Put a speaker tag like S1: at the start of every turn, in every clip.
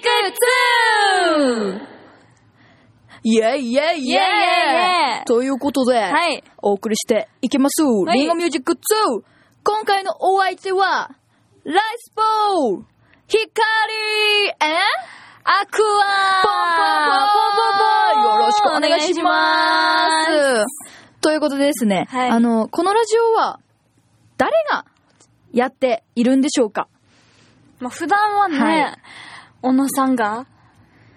S1: ュージック 2!
S2: イェイイェ
S1: イェ
S2: イイ
S1: イイェイイェイ
S2: ということで、
S1: はい
S2: お送りしていきます。
S1: い
S2: リンゴミュージック 2! 今回のお相手は、ライスボール光え
S1: アクア
S2: ポンポンポンポンポンポンよろしくお願いし
S1: お
S2: ま
S1: 願いします
S2: ということでですね、
S1: はい
S2: あの、このラジオは、誰がやっているんでしょうか
S1: すまあ、普段はね、
S2: はい
S1: 小野さんが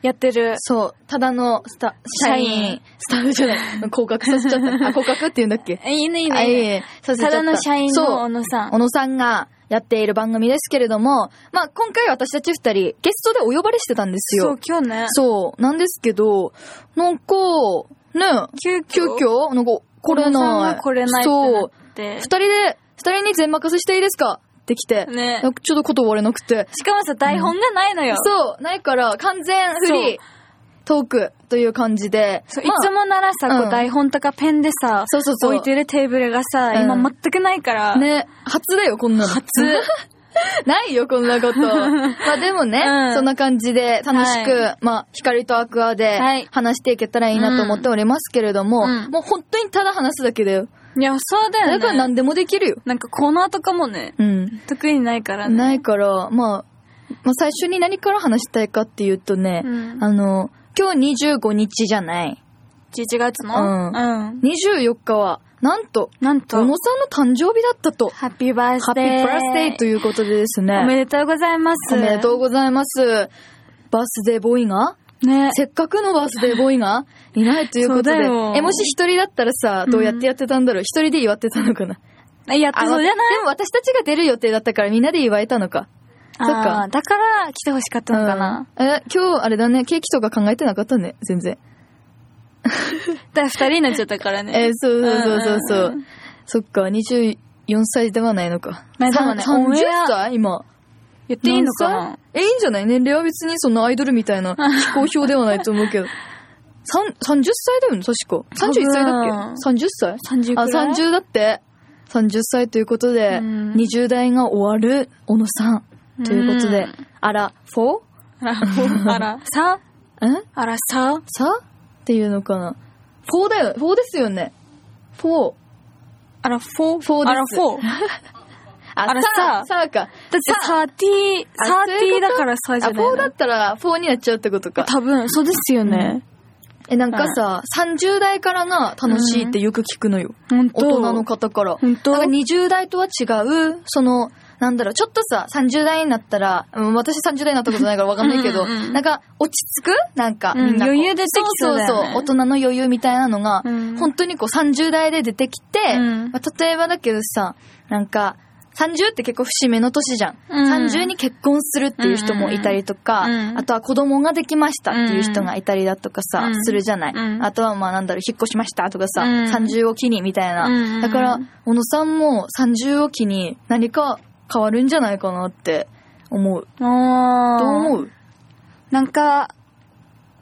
S1: やってる。
S2: そう、ただのスタ、社員、
S1: 社員
S2: スタッフじゃ ない、降格させちゃった。あ、降格って言うんだっけ
S1: いいねいい
S2: あいえい
S1: ね。
S2: えさせち
S1: た
S2: ゃった
S1: だの社員
S2: そう
S1: の小野さん。
S2: 小野さんがやっている番組ですけれども、まあ、今回私たち二人、ゲストでお呼ばれしてたんです
S1: そう
S2: よ。、
S1: 今日ね。
S2: そう、なんですけど、なんか、ね、
S1: 急遽。
S2: 急遽、なんか、来れ
S1: 小野さん
S2: な
S1: が
S2: い。
S1: 来れないって
S2: そう、
S1: なっ
S2: 二
S1: て
S2: 人で、二人に全任せしていいですかって来て、
S1: ね
S2: なんかちょっと断れなくて。
S1: しかもさ、台本がないのよ。
S2: そう、ないから、完全フリートークという感じで、
S1: そうい
S2: まあ
S1: つもならさ、
S2: うん
S1: こう台本とかペンでさ、
S2: そうそうそう
S1: 置いてるテーブルがさ、
S2: うん
S1: 今全くないから、
S2: ね、初だよ、こんなの。初 ないよ、こん なこと。まあでもね、
S1: うん
S2: そんな感じで楽しく、
S1: は
S2: まあ、光とアクアで
S1: はい
S2: 話していけたらいいなと思っておりますけれども、
S1: うん
S2: もう本当にただ話すだけだよ。
S1: いや、そうだよね。
S2: だから何でもできるよ。
S1: なんかコーナーとかもね、
S2: うん。
S1: 得意ないからね。
S2: ないから、まあ、まあ最初に何から話したいかっていうとね、
S1: うん
S2: あの、今日25日じゃない。
S1: 11月の、
S2: うん
S1: うん。
S2: 24日は、なんと、
S1: なんと
S2: 小、野さんの誕生日だったと。
S1: ハッピーバー
S2: ハ
S1: ス
S2: ッピ
S1: デー。
S2: ーバースデーということでですね。
S1: おめでとうございます。
S2: おめでとうございます。バースデーボーイが
S1: う。ね。
S2: せっかくのバースデーボーイがいないということで。
S1: そうだよ
S2: え、もし一人だったらさ、
S1: うん
S2: どうやってやってたんだろう、一人で祝ってたのかな。
S1: あやってそうじゃない
S2: でも私たちが出る予定だったからみんなで祝えたのか。そっか
S1: あーだから来てほしかったのかな。
S2: うんえ、今日あれだね、ケーキとか考えてなかったね、全然。
S1: だから二人になっちゃったからね。
S2: えそうそうそうそうそう。
S1: うんうんうん
S2: そっか、24歳ではないのか。
S1: まあでもね
S2: さん
S1: オン
S2: 30
S1: エア
S2: 歳今。
S1: 言っていいのか
S2: 何
S1: な
S2: 歳え、いいんじゃない年齢は別にそのアイドルみたい な非公表ではないと思うけど。さん30歳だよね、確か。31歳だっけ ?30 歳
S1: ?30 くら
S2: あ、
S1: い
S2: 30だって。30歳ということで、
S1: うん
S2: 20代が終わる小野さん。ということ
S1: う
S2: で
S1: ん、
S2: あら、4?
S1: あ ら、さ
S2: ん
S1: あらさ
S2: さっていうのかな。4だよ、4ですよね。4。
S1: あら、フォー
S2: フォーです
S1: あら、フォーだっ
S2: あ
S1: あら
S2: さ、
S1: さ
S2: さか。
S1: て、サーティー、
S2: あ
S1: サー
S2: そうい
S1: ティー
S2: うこ
S1: だ
S2: と
S1: からさじ
S2: あ、
S1: ゃない
S2: 4だ
S1: の
S2: ったら4になっちゃうってことか。
S1: 多分、そうですよね。
S2: え、なんかさ、30代からが楽しいってよく聞くのよ。
S1: ほん
S2: 大
S1: と。
S2: 人の方から。
S1: ほんと
S2: なんか20代とは違う、その、なんだろう、ちょっとさ、30代になったら、うん私30代になったことないからわかんないけど、
S1: うんうんうん
S2: なんか、落ち着くなんか、
S1: うん
S2: みんなこう
S1: 余裕出てきそうだよね
S2: そうそうそう、大人の余裕みたいなのが、
S1: うん
S2: 本当にこう30代で出てきて、
S1: うん
S2: まあ、例えばだけどさ、なんか、30って結構節目の年じゃん。
S1: うん
S2: 30に結婚するっていう人もいたりとか、
S1: うん
S2: あとは子供ができましたっていう人がいたりだとかさ、
S1: うん
S2: するじゃない、
S1: うん
S2: あとはまあなんだろう、引っ越しましたとかさ、
S1: うん
S2: 30を機にみたいな。
S1: うん
S2: だから、小野さんも30を機に何か変わるんじゃないかなって思う。
S1: あー
S2: どう思う
S1: なんか、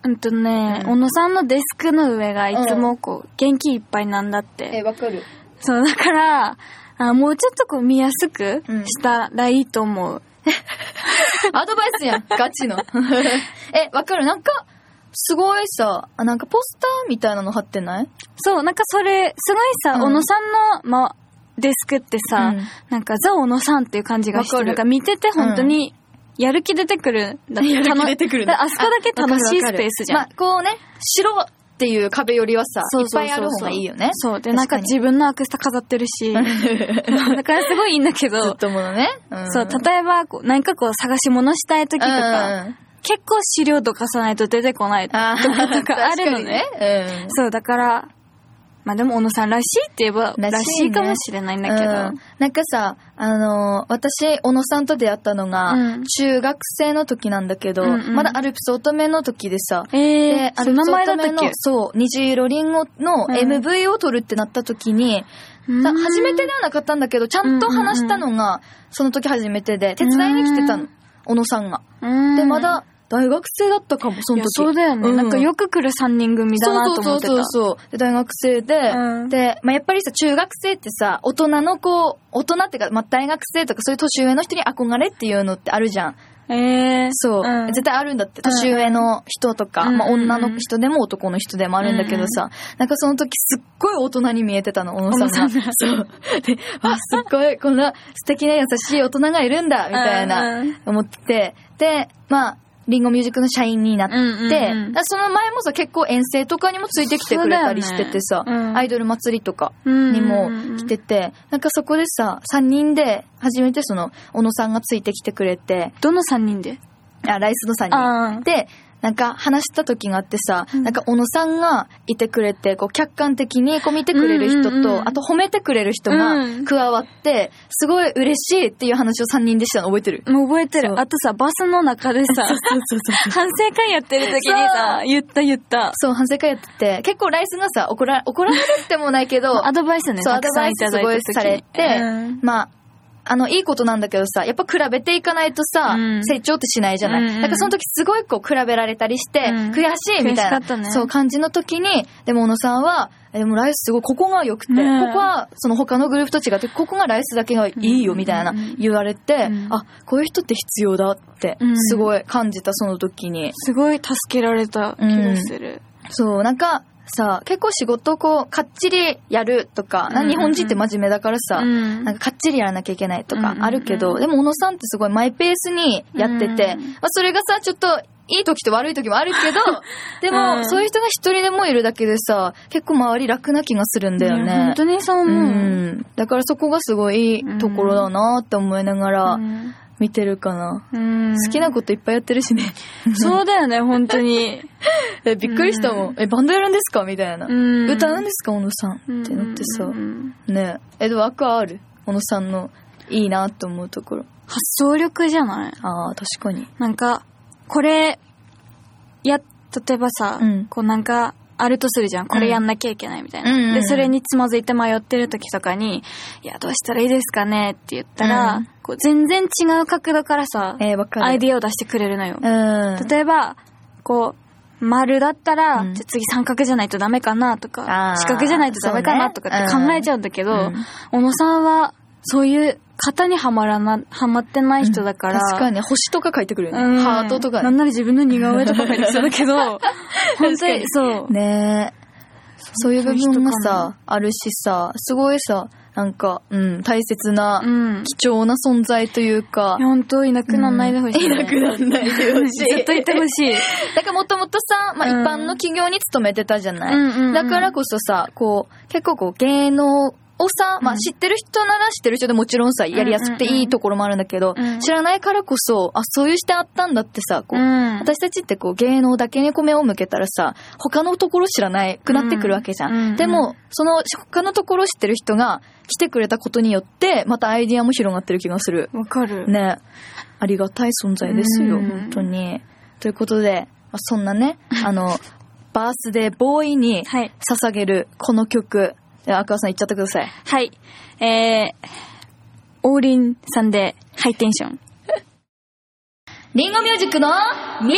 S1: うんとね、
S2: うん
S1: 小野さんのデスクの上がいつもこう、元気いっぱいなんだって。
S2: わかる。
S1: そう、だから、あもうちょっとこう見やすく
S2: うん
S1: したらいいと思う。
S2: アドバイス やん、ガチの。え、わかるなんか、すごいさ、あなんかポスターみたいなの貼ってない
S1: そう、なんかそれ、すごいさ、
S2: うん
S1: 小野さんの、ま、デスクってさ、
S2: うん
S1: なんかザ・小野さんっていう感じがして、
S2: わかる
S1: なんか見てて本当に、やる気出てくるんだって。
S2: やる気出てくるね
S1: だからあそこだけ楽しい
S2: あわか
S1: ス
S2: る
S1: ペースじゃん。
S2: まあ、こうね、白っていう壁よりはさ、
S1: そうそうそうそう
S2: いっぱいある方がいいよね。
S1: そう。で、なんか
S2: 確
S1: 自分のアクスタ飾ってる し、だからすごいいいんだけ
S2: ず
S1: ど
S2: っ、とものね。ん
S1: そう、例えば、こう、何かこう探し物したい時と
S2: うんうん
S1: か、
S2: うん
S1: 結構資料とかさないと出てこないと
S2: あ
S1: か
S2: ー
S1: とかあるのね。。
S2: 確かにね
S1: そう、だから、まあでも小野さんらしいって言えば、
S2: らしいね
S1: らしいかもしれないん
S2: うん
S1: だけ
S2: うん
S1: ど、
S2: なんかさ、あのー私、小野さんと出会ったのが、
S1: うん
S2: 中学生の時なんだけど、
S1: うんうん
S2: まだアルプス乙女の時でさ、
S1: え
S2: で
S1: ー、
S2: ア
S1: そ
S2: ル
S1: の
S2: プ
S1: 名前
S2: ス
S1: だっ
S2: 乙
S1: たっ
S2: 女の
S1: け、
S2: そう、虹色りんごの
S1: うん
S2: MV を撮るってなった時に、
S1: うん
S2: だ初めてではなかったんだけど、ちゃんと話したのが、その時初めてで、手伝いに来てたの
S1: うん、
S2: 小野さんが。
S1: うん
S2: で、まだ大学生だったかも、そ
S1: い
S2: の
S1: や
S2: 時。
S1: そうだよね、
S2: うん
S1: なんかよく来る3人組だなと思ってた。
S2: そうそうそうそう。で、大学生で、
S1: うん
S2: で、まあ、やっぱりさ、中学生ってさ、大人の子、大人っていうか、まあ、大学生とかそういう年上の人に憧れっていうのってあるじゃん。
S1: えー、
S2: そう、
S1: うん
S2: 絶対あるんだって年上の人とか、
S1: うん
S2: まあ、女の人でも男の人でもあるんだけどさ、なんかその時すっごい大人に見えてたの小野さんが
S1: 小野
S2: そう であすっごいこんな素敵な優しい大人がいるんだみたいな
S1: うんうん
S2: 思っててでまあリンゴミュージックの社員になって、
S1: うんうんうん
S2: だからその前もさ結構遠征とかにもついてきてくれたりしてて
S1: そ
S2: さ、
S1: うだよねうん
S2: アイドル祭りとか
S1: に
S2: にも来てて、なんかそこでさ3人で初めてその小野さんがついてきてくれて
S1: どの3人で
S2: あライスドさんに
S1: あー
S2: でなんか話した時があってさ、
S1: うん
S2: なんか小野さんがいてくれてこう客観的にこう見てくれる人と、
S1: うんうんうん
S2: あと褒めてくれる人が
S1: うん
S2: 加わって、すごい嬉しいっていう話を3人でしたの覚えてる
S1: もう覚えて
S2: そう
S1: るあとさバスの中でさ反省会やってる時にさ言った言った
S2: そう反省会やってて結構ライスがさ怒ら怒られるってもないけ ど
S1: アドバイスね
S2: そう
S1: たくさんいただいた
S2: アドバイ
S1: 時
S2: スすごいされて
S1: うん
S2: まあ、あの、いいことなんだけどさ、やっぱ比べていかないとさ、
S1: うん
S2: 成長ってしないじゃない。
S1: うんうん
S2: だからその時すごいこう比べられたりして、
S1: うん
S2: 悔しいみた
S1: 悔し
S2: いな、
S1: かったね
S2: そう感じの時に、でも小野さんは、でもライスすごい、ここが良くて、
S1: ねえ
S2: ここはその他のグループと違って、ここがライスだけがいいよみたいな
S1: うんうんうん
S2: 言われて、
S1: うん
S2: あ、こういう人って必要だって
S1: う、ん
S2: すごい感じたその時に。
S1: すごい助けられた気がする、
S2: そう、なんか、さ結構仕事をこうかっちりやると
S1: う
S2: か、な
S1: んうんうん
S2: 日本人って真面目だからさ、
S1: うん
S2: なんかかっちりやらなきゃいけないとか
S1: うん
S2: あるけ
S1: う
S2: ど、
S1: んうん
S2: でも小野さんってすごいマイペースにやってて、
S1: うん
S2: まあ、それがさちょっといい時と悪い時もある けどでも、
S1: うん
S2: そういう人が一人でもいるだけでさ結構周り楽な気がするんだよ
S1: いや
S2: ね
S1: 本。当にそう
S2: う
S1: 思う、
S2: ん、だからそこがすごいいいところだなって思いながら
S1: うん
S2: 見てるかな、
S1: うん
S2: 好きなこといっぱいやってるしね
S1: そうだよね本当に
S2: えびっくりしたもん、えバンドやるんですかみたいな、
S1: うん
S2: 歌うんですか小野さんってなってさ、
S1: うんうんうん
S2: ねえでも枠はある小野さんのいいなって思うところ
S1: 発想力じゃない
S2: ああ確かに
S1: なんかこれや例えばさ、
S2: うん
S1: こうなんかあるとするじゃんこれやんなきゃいけないみたいな、
S2: うんうんうん
S1: でそれにつまずいて迷ってる時とかに「いやどうしたらいいですかね」って言ったら、
S2: うん
S1: こう全然違う角度からさ、
S2: えー、わかる。
S1: アイディアを出してくれるのよ、
S2: うん。
S1: 例えばこう丸だったら、
S2: うん
S1: じゃあ次三角じゃないとダメかなと
S2: あ
S1: か
S2: ー
S1: 四角じゃないとダメか
S2: そう
S1: な
S2: ね
S1: とかって考えちゃうんだけど、
S2: うん
S1: 小野さんはそういう型にはまらなはまってない人だから、
S2: 確かに、星とか書いてくるよ
S1: うん
S2: ね。ハートとか
S1: なん
S2: ね。
S1: なら自分の似顔絵とか書いてきそうだけど 本当にそう
S2: ねえそういう部分が
S1: そういう人か
S2: さ、あるしさ、すごいさ、なんか、うん、大切な、
S1: うん
S2: 貴重な存在というか
S1: いや、本当いなくなら ないでほしい、ね
S2: うんいなくならないで ほしい
S1: ずっといてほしい
S2: だからもともとさ、まあ、一
S1: うん
S2: 般の企業に勤めてたじゃない、
S1: うんうんうん
S2: だからこそさこう結構こう芸能をさ、まあ、
S1: うん
S2: 知ってる人なら知ってる人でもちろんさやりやすくていいところもあるんだけど、
S1: うんうんうん
S2: 知らないからこそあそういう視点あったんだってさこう、
S1: うん
S2: 私たちってこう芸能だけにこう目を向けたらさ他のところ知らないくなってくるわけじゃ
S1: う
S2: ん、
S1: んうんうん
S2: でもその他のところ知ってる人が来てくれたことによってまたアイディアも広がってる気がする
S1: わかる、
S2: ねありがたい存在ですよ、
S1: うん
S2: 本当にということで、まあそんなね あのバースデーボーイに
S1: はい
S2: 捧げるこの曲アクアさん言っちゃってください
S1: はいえー、王林さんでハイテンション
S2: リンゴミュージックの
S1: 蜜の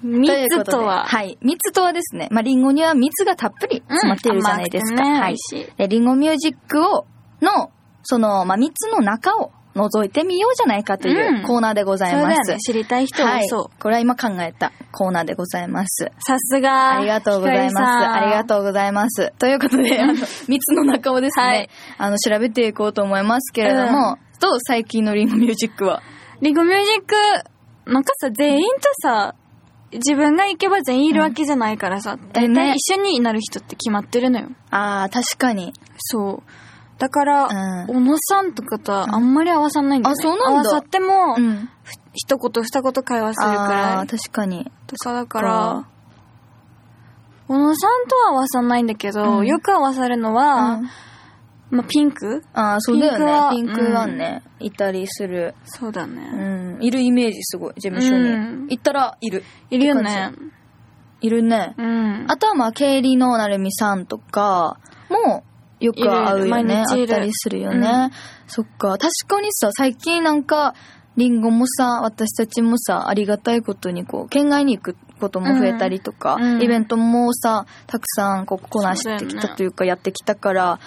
S1: 中蜜
S2: と
S1: と
S2: は
S1: は
S2: はい。蜜とはですね、まあ、リンゴには蜜がたっぷり詰まっているじゃないですか。
S1: うん甘くてね
S2: はい。
S1: 美味し
S2: で、リンゴミュージックを、の、その、まあ、蜜の中を覗いてみようじゃないかといううんコーナーでござい
S1: そうだ
S2: ま
S1: よ
S2: す。
S1: ね知りたい人は
S2: はい
S1: そう、。
S2: これは今考えたコーナーでございます。
S1: さすが
S2: ありがとうござい
S1: ひかり
S2: ます。
S1: さん
S2: ありがとうございます。ということで、あの、蜜の中をですね、
S1: はい
S2: あの、調べていこうと思いますけれども、どう最近のリンゴミュージックは。
S1: リンゴミュージック、なんかさ、全員とさ、自分が行けば全員いるわけじゃないからさ、大
S2: えね
S1: 体一緒になる人って決まってるのよ。
S2: ああ、確かに。
S1: そう。だから、
S2: う
S1: 小野さんとかとはあんまり合わさないんだよ、ね
S2: あそうなんだ
S1: 合わさっても、
S2: うん。
S1: 一言二言会話するく
S2: あ
S1: ら
S2: あ、
S1: い
S2: 確かに。
S1: とかだから、小野さんとは合わさないんだけど、
S2: うん
S1: よく合わさるのは、
S2: うん
S1: まあ、ピンク
S2: ああ、そうだよね。
S1: ピ
S2: ピン
S1: ン
S2: ク
S1: ク
S2: ワ
S1: は
S2: ンね、いたりする。
S1: そうだね。
S2: うん。いるイメージすごい、事務所
S1: うん
S2: に。行ったらいる。
S1: いるよね。
S2: いるね。
S1: うん。
S2: あとはまあ、経理のなるみさんとかも、よく会うよ
S1: いるい
S2: ね。
S1: る毎日
S2: 会っ
S1: いる
S2: たりするよ
S1: う
S2: ね。そっか。確かにさ、最近なんか、リンゴもさ、私たちもさ、ありがたいことに、こう、県外に行くことも増えたりとか、
S1: うんうん
S2: イベントもさ、たくさん、こう、こなしてき
S1: そうだ
S2: た
S1: よね
S2: というか、やってきたから、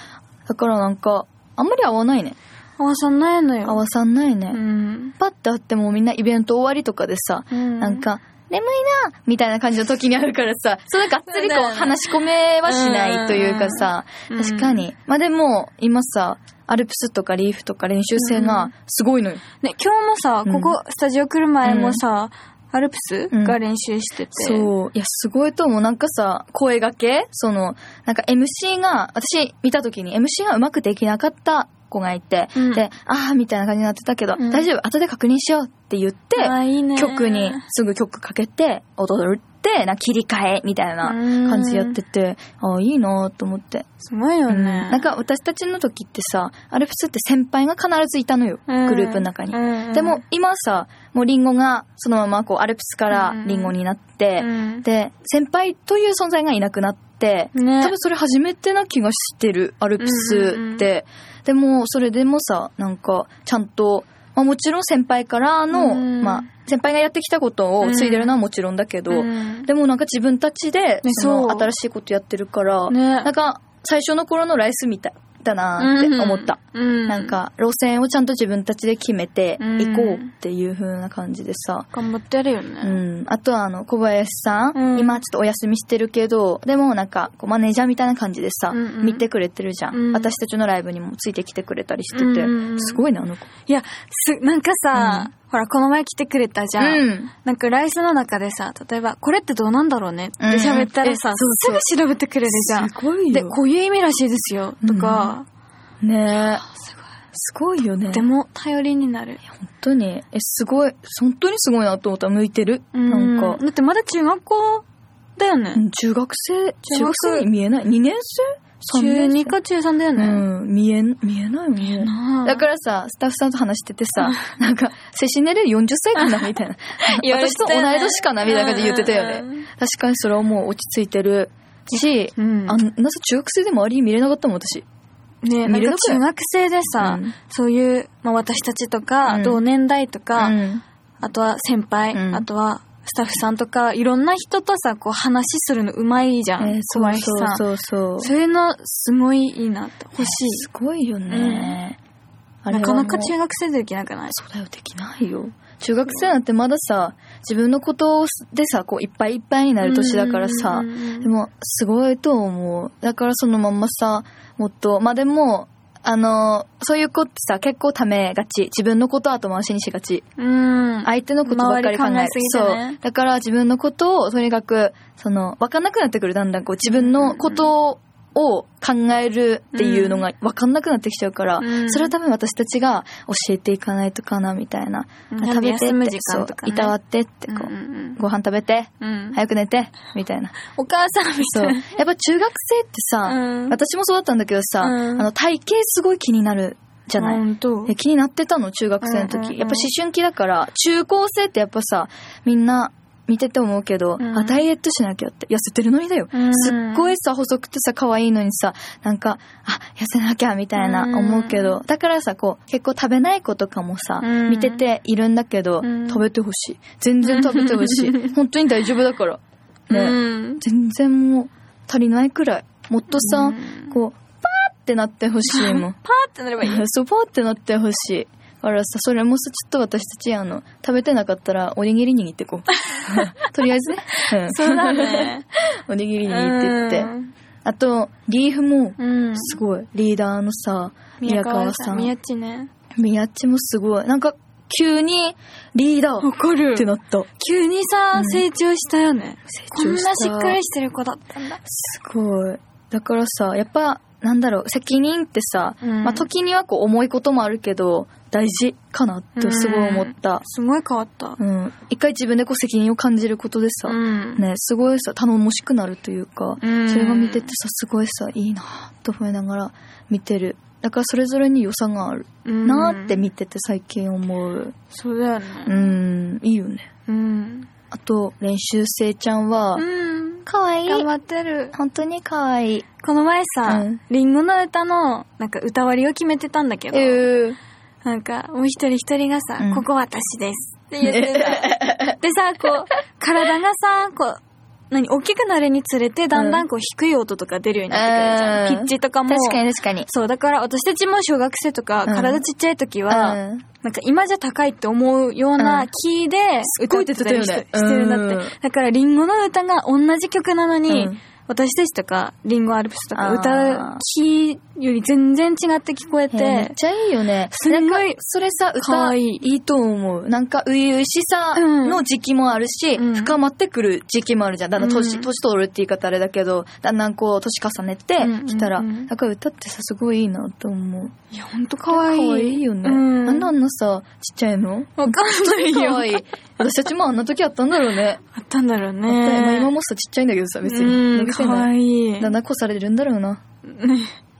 S2: だからなんか、あんまり会わないね。
S1: 合わさんないの
S2: 合
S1: よ。
S2: わさんないね。
S1: うん。
S2: パッて会ってもみんなイベント終わりとかでさ、
S1: な
S2: なん、か、眠いなみたいな感じの時にあるからさ、そのがっつりこ
S1: そうだよ
S2: う
S1: ね
S2: 話し込めはしないというかさ、
S1: うん
S2: 確かに。まあでも、今さ、アルプスとかリーフとか練習生
S1: う
S2: がすごいのよ。
S1: ね、今日もさ、
S2: うん
S1: ここ、スタジオ来る前もさ、アルプス
S2: うん
S1: が練習してて。
S2: そう。いや、すごいと思う。なんかさ、声がけその、なんか MC が、私見た時に MC がうまくできなかった子がいて、
S1: うん
S2: で、あーみたいな感じになってたけど、
S1: うん
S2: 大丈夫、後で確認しようって言って、
S1: あいいね
S2: 曲に、すぐ曲かけて、踊って、なんか切り替えみたいな感じやってて、あーいいなーと思って。
S1: すごいよね。
S2: うんなん、か私たちの時ってさ、アルプスって先輩が必ずいたのよ、グループの中に。でも、今さ、もうリンゴがそのままこうアルプスからリンゴになって、
S1: うん、
S2: で先輩という存在がいなくなって、
S1: ね
S2: 多分それ初めてな気がしてるアルプスって、でもそれでもさなんかちゃんと、まあ、もちろん先輩からの、
S1: うん
S2: まあ、先輩がやってきたことを継いでるのはもちろんだけど、
S1: うん
S2: でもなんか自分たちでその
S1: そう
S2: 新しいことやってるから、
S1: ね
S2: なんか最初の頃のライスみたいだなって思った、。
S1: うんうん
S2: なん、か路線をちゃんと自分たちで決めていこうっていう風な感じでさ、
S1: 頑張ってるよ
S2: う
S1: ね。
S2: ん、あとはあの小林さん、
S1: うん
S2: 今ちょっとお休みしてるけどでもなんかこうマネージャーみたいな感じでさ、
S1: うんうん
S2: 見てくれてるじゃん、
S1: うん
S2: 私たちのライブにもついてきてくれたりしてて、
S1: うんうん
S2: すごいねあの子
S1: いや、す、なんかさ、ほら、この前来てくれたじゃん。
S2: うん
S1: なんか、ライスの中でさ、例えば、これってどうなんだろうねって喋ったらさ、
S2: うんえそうそう
S1: すぐ調べてくれるじゃん。
S2: ごい
S1: で、こういう意味らしいですよ、とか、
S2: ねすごいよね
S1: でも、頼りになる。
S2: 本当にえすごい本当にすごいなと思った向いてる、なんか
S1: だってまだ中学校だよね。
S2: うん中学生中学生に見えない2年生3
S1: 中
S2: 年生
S1: 2か中3だよね。
S2: うん見えん見えないよね
S1: なあ
S2: だからさ、スタッフさんと話しててさ、なんか、精神年齢40歳か なみたいな。
S1: 言われ
S2: 私
S1: て
S2: と
S1: た
S2: 同
S1: よね
S2: い年かなみたいな感じで言ってたよ
S1: う
S2: ね
S1: んうんうん。
S2: 確かにそれはもう落ち着いてるし、
S1: うん
S2: あんなさ、中学生でも周りに見れなかったもん、私。
S1: ねな
S2: 見
S1: ん
S2: れ
S1: か
S2: なく
S1: 中
S2: ない
S1: 学生でさ、
S2: うん
S1: そういう、まあ、私たちとか、
S2: うん
S1: 同年代とか、
S2: うん
S1: あとは先輩、
S2: うん
S1: あとはスタッフさんとかいろんな人とさこう話するのうまいじゃん、
S2: えー
S1: 小
S2: そう
S1: 林さん
S2: そうそうそう。
S1: そういうのすごいいいなって欲し
S2: すごいよね。
S1: い
S2: あ
S1: な
S2: れは
S1: か
S2: もう
S1: なか中学生でできなくない
S2: そうだよ、できないよ。中学生なんてまださ、自分のことでさ、こう、いっぱいいっぱいになる年だからさ、
S1: うんうんうん
S2: でも、すごいと思う。だからそのまんまさ、もっと、まあでも、あの、そういう子ってさ、結構ためがち。自分のこと後回しにしがち。
S1: うん
S2: 相手のことばっかり考え
S1: 周
S2: る。
S1: り考えすぎてね
S2: そう。だから自分のことを、とにかく、その、わかんなくなってくる。だんだんこう、自分のことを考えるっていうのがわかんなくなってきちゃうから、
S1: うん
S2: それは多分私たちが教えていかないとかな、みたいな。
S1: うん
S2: あ食べて
S1: 休
S2: っ
S1: む
S2: て
S1: 時、間とかね
S2: そう、いたわってって、
S1: う
S2: こ
S1: んう
S2: う、
S1: ん
S2: ご飯食べて、
S1: うんうん
S2: 早く寝て、みたいな。
S1: お母さんみ
S2: そう。
S1: たい
S2: やっ
S1: な
S2: ぱ中学生ってさ、
S1: うん
S2: 私もそうだったんだけどさ、
S1: うん
S2: あの体型すごい気になるじゃない、
S1: 本当
S2: え気になってたの中学生の時、
S1: うんうんうん
S2: やっぱ思春期だから中高生ってやっぱさみんな見てて思うけど、
S1: うん
S2: あダイエットしなきゃって痩せてるのにだよ、
S1: うん
S2: すっごいさ細くてさ可愛いのにさなんかあ痩せなきゃみたいな
S1: うん
S2: 思うけど、だからさこう結構食べない子とかもさ、
S1: うん
S2: 見てているんだけど、
S1: うん
S2: 食べてほしい全然食べてほし い本当に大丈夫だからね、
S1: うん
S2: 全然もう足りないくらいもっとさ、
S1: うん
S2: こうパーってなってほしいもん
S1: パーってなればいい
S2: そうパーってなってほしいだからさそれもさちょっと私たちあの食べてなかったらおにぎり握ってこう とりあえずね、ん
S1: そうだ ね
S2: おにぎり握ってって、
S1: うん
S2: あとリーフも
S1: うん
S2: すごいリーダーのさ宮
S1: 宮
S2: 川
S1: 川
S2: さ
S1: さん
S2: ん
S1: 宮地ね
S2: 宮地もすごいなんか急にリーダーっ
S1: かる
S2: てなった
S1: 急にさ、
S2: うん
S1: 成長したよね
S2: 成長した
S1: こんなしっかりしてる子だったんだ
S2: すごい。だからさ、やっぱ、なんだろう、責任ってさ、
S1: うん
S2: まあ時にはこう重いこともあるけど、大事かなってすごい思った。
S1: すごい変わった
S2: うん。一回自分でこう責任を感じることでさ、
S1: ん
S2: ね、すごいさ、頼もしくなるというか、
S1: うん
S2: それが見ててさ、すごいさ、いいなと思いながら見てる。だからそれぞれに良さがある
S1: うん
S2: なって見てて最近思う。
S1: そうだよ
S2: う
S1: ね
S2: ん、いいよね。
S1: うん、
S2: あと、練習生ちゃんは、
S1: うん、
S2: かわいい。
S1: 頑張ってる
S2: 本当にかわいい。
S1: この前さ、
S2: うん
S1: りんごの歌のなんか歌割りを決めてたんだけど、
S2: えー
S1: なんかもう一人一人がさ、
S2: うん
S1: ここ私です」って言ってたでさこう体がさこう何、大きくなるにつれて、だんだんこう低い音とか出るようになってくるじゃん。
S2: うん
S1: ピッチとかも。
S2: 確かに確かに。
S1: そう、だから私たちも小学生とか、
S2: うん
S1: 体ちっちゃい時は、
S2: うん
S1: なんか今じゃ高いって思うような
S2: うん
S1: キーで歌ってたりし
S2: すっごい
S1: て
S2: 出てた
S1: し
S2: よね
S1: てるんだって。
S2: うん
S1: だからリンゴの歌が同じ曲なのに、
S2: うん
S1: 私たちとかリンゴアルプスとか歌
S2: あー
S1: うキーより全然違って聞こえ、
S2: へえめってちゃいいよね。
S1: すんごい
S2: なんかそれさ、
S1: 可
S2: 歌
S1: 愛
S2: い
S1: い
S2: いと思う。なんか、初々しさの時期もあるし、
S1: うん
S2: 深まってくる時期もあるじゃん。だんだん年、
S1: うん
S2: 年取るって言い方あれだけど、だんだんこう、年重ねてきたら、
S1: うんうんうん
S2: だから歌ってさ、すごいいいなと思う。
S1: いや、ほんと可愛い。
S2: 可愛いよね。
S1: うん
S2: なんであんなさ、ちっちゃいの
S1: わかんないよ。
S2: 可愛い。私たちもあんな時あったんだろうね。
S1: あったんだろうね。
S2: あったよまあ今もさ、ちっちゃいんだけどさ、別に。
S1: うん、
S2: なんか
S1: 可
S2: ない
S1: 愛い。
S2: だんだん越されるんだろ うな。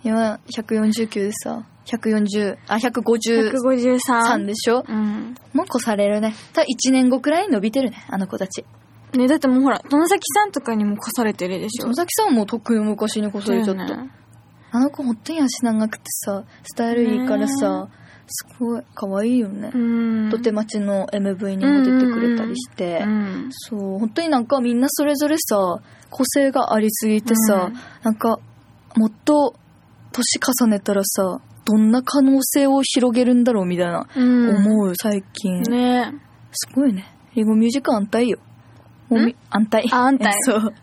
S2: 今、149でさ、140、あ、150。3
S1: 153。
S2: でしょ
S1: うん。
S2: もう越されるね。ただ1年後くらいに伸びてるね、あの子たち。
S1: ね、だってもうほら、野崎さんとかにも越されてるでしょ。
S2: 野崎さんはもうとっくに昔に越されちゃっ
S1: だ
S2: た。
S1: よね
S2: あの子本当に足長くてさ、スタイルいいからさ、すごい可愛いよね
S1: う。ん。
S2: とて町の MV にも出てくれたりして。
S1: うん。
S2: そう、本当になんかみんなそれぞれさ、個性がありすぎて
S1: う
S2: さ、
S1: ん
S2: なんか、もっと年重ねたらさ、どんな可能性を広げるんだろうみたいな、
S1: うん
S2: 思う最近。
S1: ね
S2: すごいね。リゴミュージック安泰よ。もうみ安泰。
S1: あ安泰
S2: そう。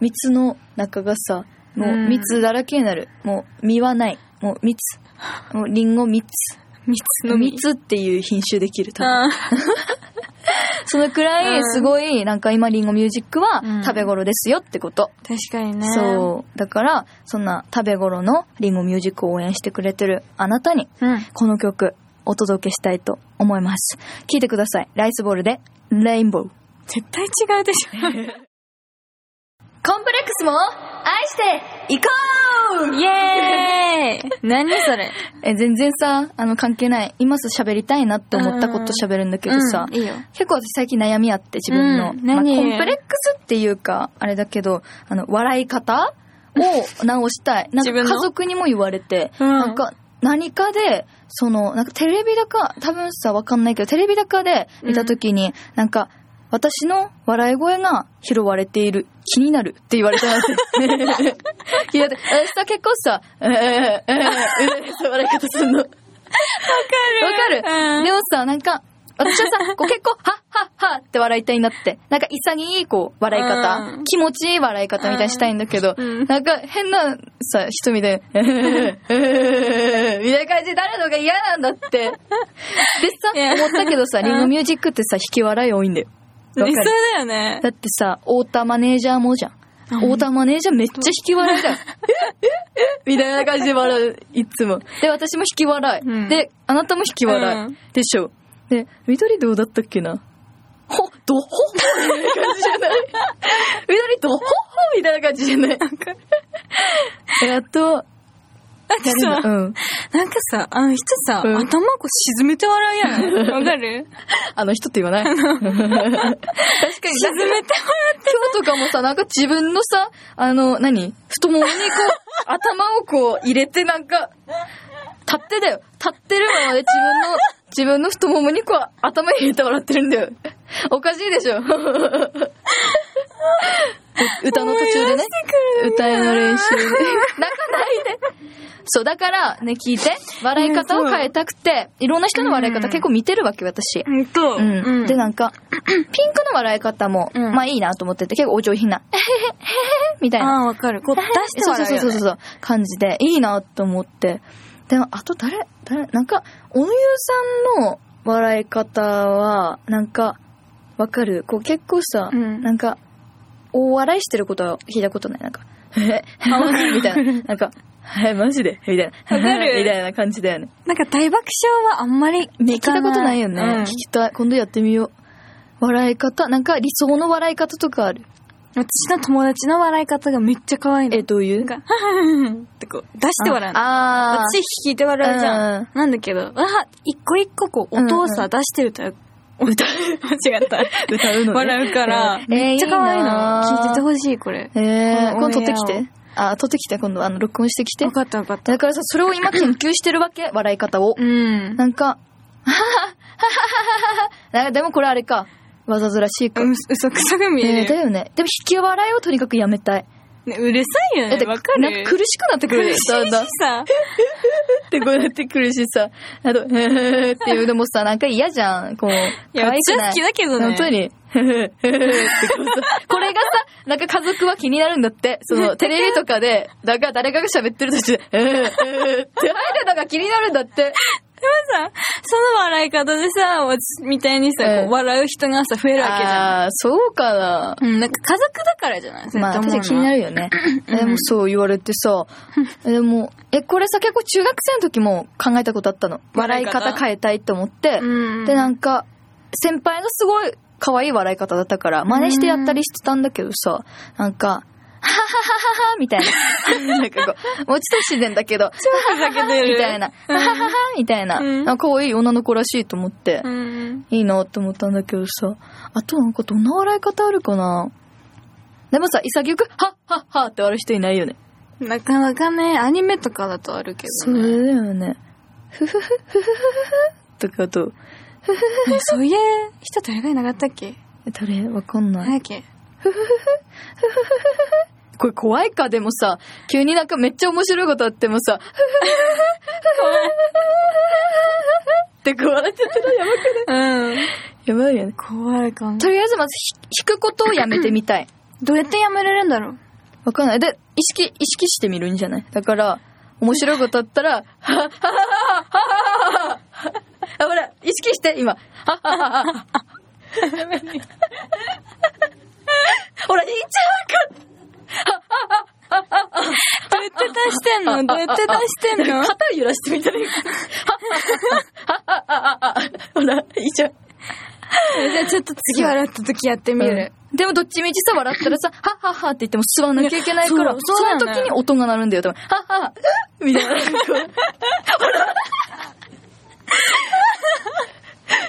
S2: 蜜の中がさ、もううん蜜だらけになる。もう実はない。もう蜜。もうリンゴ蜜。
S1: 蜜の実。
S2: 蜜っていう品種できる。多分
S1: あ
S2: そのくら
S1: う
S2: い
S1: ん
S2: すごい、なんか今リンゴミュージックは
S1: うん
S2: 食べ頃ですよってこと。
S1: 確かにね。
S2: そう。だから、そんな食べ頃のリンゴミュージックを応援してくれてるあなたに、
S1: うん。
S2: この曲、お届けしたいと思います。聴いてください。ライスボールで、レインボー。
S1: 絶対違うでし
S2: コンプレックスも愛していこ
S1: ょ。イエーイ何それ。
S2: うえ全然さあの関係ない今すぐ喋りたいなって思ったこと喋るんだけどさ、
S1: うんいいよ。
S2: 結構私最近悩みあって自分の、
S1: うん何
S2: コンプレックスっていうかあれだけどあの笑い方を直したいなんか
S1: 自分の
S2: 家族にも言われて、
S1: うん
S2: なんか何かでそのなんかテレビだか多分さわかんないけどテレビだかで見た時に、なんか私の笑い声が拾われている気になるって言われたんですよいや私さ結構さ「えー、えー、えー、って笑い方するの。わかる、
S1: うん
S2: でもさ、なんか、私はさ、こう結構、はっはっはって笑いたいなって。なんか潔い、こう、笑い方、
S1: うん
S2: 気持ちいい笑い方みたいにしたいんだけど、
S1: うん
S2: なんか変なさ、人みたいな、えーえーみたいな感じで誰のが嫌なんだって。で
S1: いや
S2: さ、思ったけどさ、リンゴミュージックってさ、引き笑い多いんだよ。わか
S1: 理想
S2: る
S1: だよね
S2: だ。ってさ、太田マネージャーもじゃん。太田マネージャーめっちゃ引き笑いだよ。 みたいな感じで笑う、いつも。で、私も引き笑い。
S1: うん
S2: で、あなたも引き笑い。
S1: うん
S2: でしょ。で、緑どうだったっけなほ、どほほみたいな感じじゃない 緑どほほみたいな感じじゃないえ、あと、
S1: だって
S2: 誰
S1: さ
S2: だ、うん。
S1: なんかさ、あの人さ、
S2: うん
S1: 頭こう沈めて笑うや ん。わかる
S2: あの人って言わない確かに。
S1: 沈めて
S2: 今日とかもさ、なんか自分のさ、あの、何太ももにこ う、頭をこう入れてなんか、立ってだよ。立ってるままで自分の、自分の太ももにこう、頭入れて笑ってるんだよ。おかしいでしょ。 歌の途中でね。歌の練習 で。泣かないで。そう、だからね、聞いて。笑い方を変えたくて、いろんな人の笑い方結構見てるわけ、私。
S1: 笑って。ほんと。
S2: うん、で
S1: で、
S2: なんかピンクの笑い方も、
S1: うん
S2: まあいいなと思ってて結構お上品な「えへへへへ」みたい
S1: あ
S2: な
S1: あ、わかる。こう出して
S2: そうそ
S1: 笑
S2: う
S1: う
S2: そう
S1: よね。
S2: そうそうそう感じでいいなと思ってでもあと誰誰なんかおゆうさんの笑い方はなんかわかるこう結構さ、
S1: うん
S2: なんか大笑いしてることは聞いたことないなんか「えへ
S1: あわかる
S2: みたいななんか「えマジで?」みたいな
S1: わかる
S2: みたいな感じだよね
S1: なんか大爆笑はあんまり
S2: ね、聞い
S1: 聞か
S2: たことないよね、
S1: うん
S2: 聞きたい今度やってみよう笑い方なんか理想の笑い方とかある
S1: 私の友達の笑い方がめっちゃ可愛いの。
S2: えどういう
S1: なんか、ははははってこう、出して笑うの。
S2: ああ
S1: 私聞いて笑うじゃ
S2: うん
S1: ん。なんだけど、あ、一個一個こう、音を
S2: うんう
S1: さ、出してると、 歌、間違った。
S2: 歌うのね
S1: 笑うから、
S2: えー
S1: めっちゃ可愛い
S2: いい
S1: の。
S2: なー
S1: 聞いててほしい、これ。
S2: えー、
S1: この
S2: 今度撮って
S1: オ
S2: き
S1: ンエアを
S2: てあ撮ってきて今度あの録音してきて
S1: 分かった分かった。
S2: だからさそれ を今研究してるわけ笑い方を
S1: うん。
S2: なんか「はははははははは」なんかでもこれあれかわざとらしいか。
S1: う嘘くさく見
S2: ね
S1: え
S2: えだ
S1: るよ。
S2: よね。でも引き笑いをとにかくやめたい。
S1: ね、うるさいよ
S2: だって、
S1: ね。
S2: な
S1: わ
S2: んか
S1: かる
S2: 苦しくなってくる。
S1: 苦しい
S2: だんだん
S1: し。さ。
S2: ってこうなってくるしさ、あと、へへへっていうのもさ、なんか嫌じゃん。こう、
S1: いや、
S2: 可
S1: う
S2: 愛
S1: ち
S2: く
S1: は
S2: な
S1: 好き。だけどね。
S2: い本当に、へへへへってこうさこれがさ、なんか家族は気になるんだって。その、テレビとかで、なんか誰かが喋ってる途中で、へへへへって入るのが気になるんだ って。
S1: さ、その笑い方でさ、私みたいにさ、
S2: うん
S1: こう笑う人がさ、増えるわけじゃん。
S2: ああー、そうかな。
S1: うん、なんか家族だからじゃないそれ
S2: まあ、
S1: と
S2: 確
S1: 思う
S2: か
S1: の
S2: に気になるよね。でもそう言われ てさ、でも、え、これさ、結構中学生の時も考えたことあったの。笑
S1: 笑
S2: い
S1: い方
S2: 方変えたいと思って、
S1: うん。
S2: で、な
S1: か、
S2: んんか、先輩のすごい可愛い笑い方だったから、真似してやったりしてたんだけどさ、なんか、はははははみたいな。なんかこう、もうちょっと不自然だけど、はは
S1: ふざけ
S2: は
S1: てる
S2: みたいな。ははははみたいな。
S1: うん
S2: なんか可愛い女の子らしいと思って、
S1: うん。
S2: いいなって思ったんだけどさ、あとなんかどんな笑い方あるかなでもさ、潔く、はっはっはって笑う人いないよね。
S1: なかなかね、アニメとかだとあるけ
S2: そ
S1: どね。
S2: れだよね。ふふふ、ふふふふふ。とかあと、
S1: なんかそういう人誰がいなかったっけ
S2: 誰わかんない
S1: 何。だっけ
S2: これ怖いかでもさ急になんかめっちゃ面白いことあってもさってこう笑っちゃってるやばく
S1: うん。
S2: やばいよね
S1: 怖いかも。
S2: とりあえずまずひ弾くことをやめてみたい
S1: どうやってやめれるんだろう
S2: わかんないで意識意識してみるんじゃないだから面白いことあったら「はっはっはっはっはっはっはっはっはあほら意識して今「はっはっはっはっはっは」ほら言っちゃうか
S1: どうやって出してんのどうやって出してんの
S2: 肩揺らしてみたらいいほら、いいじゃん。
S1: じゃあちょっと次笑った時やってみる。
S2: でもどっちみちさ、笑ったらさ、はっはっはって言っても座らなきゃいけないから、
S1: いや
S2: そ
S1: そうそうだよね
S2: の時に音が鳴るんだよ、多分。はっはっみたいな。ほら。や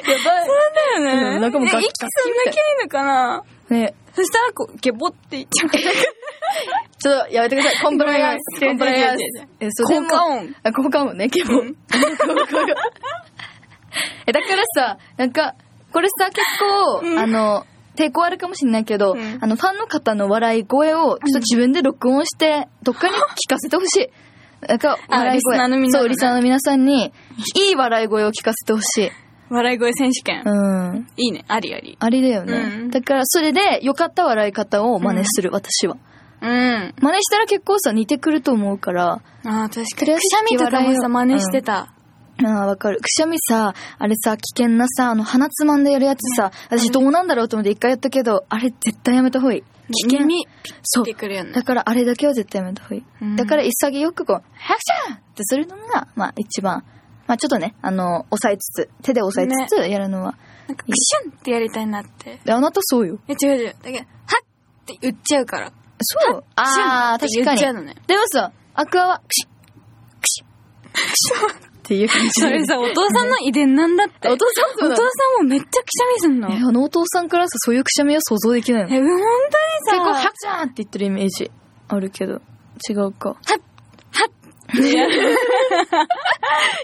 S2: ば
S1: そ
S2: い。
S1: うだよ
S2: う
S1: ね。
S2: んなんかもう
S1: ね
S2: 楽器
S1: 息そんなきゃいいのかな
S2: ね
S1: そしたらこう、ゲボっていっちゃう。
S2: ちょっとやめてく ださい。コンプライアン
S1: ご
S2: ス。コ
S1: め
S2: ン
S1: ん
S2: プ
S1: ごめ
S2: ラ
S1: ん
S2: イアン
S1: 違う違う違う
S2: ス
S1: 違う。
S2: えそれも
S1: 効果音。
S2: あ、効果音ね、基本。 効果音え、だからさ、なんか、これさ、結構、
S1: うん
S2: あの、抵抗あるかもしれないけど、
S1: うん
S2: あの、ファンの方の笑い声を、ちょっと自分で録音して、どっかに聞かせてほしい。なんか、
S1: あ
S2: 笑い声。
S1: リスナーの皆さんね
S2: そう、リスナーの皆さんに、いい笑い声を聞かせてほしい。
S1: 笑い声選手権
S2: う。ん。
S1: いいね。ありあり。
S2: あれだよね。
S1: うん
S2: だから、それで、良かった笑い方を真似する、私は。
S1: うん。
S2: 真似したら結構さ、似てくると思うから、
S1: ああ、確
S2: と
S1: か
S2: りあえ
S1: に。くし
S2: ず
S1: ゃみとかもさ、真似してた。
S2: ああ、わかる。くしゃみさ、あれさ、危険なさ、あの、鼻つまんでやるやつさ、私どうなんだろうと思って一回やったけど、あれ絶対やめた方がいい。危険。
S1: 耳、ピ
S2: そ
S1: ッて
S2: う。
S1: くるよね
S2: だ。からあれだけは絶対やめた方がいい。
S1: うん
S2: だから潔くこう、ハクシャーってするのが、まあ一番。まあちょっとね、あの、押さえつつ、手で押さえつつやるのは。
S1: なんか、クシュンってやりたいなって。
S2: であなたそうよ。
S1: え、違う違う。だけど、はっって言っちゃうから。
S2: そうよ。ああ、
S1: クシ
S2: 確
S1: ュンって言っ
S2: かに。
S1: ちゃう
S2: で
S1: のね。
S2: もさ、アクアは、クシュッ、クシュッ、クシュッっていう 感じ
S1: それさ、お父さんの遺伝なんだって。
S2: お父さんそう
S1: お
S2: だ
S1: 父さんもめっちゃくしゃみすんの。
S2: え、あのお父さんからさ、そういうくしゃみは想像できないの
S1: え、ほんとにさ、
S2: 結構、ハッチャーって言ってるイメージあるけど、違うか。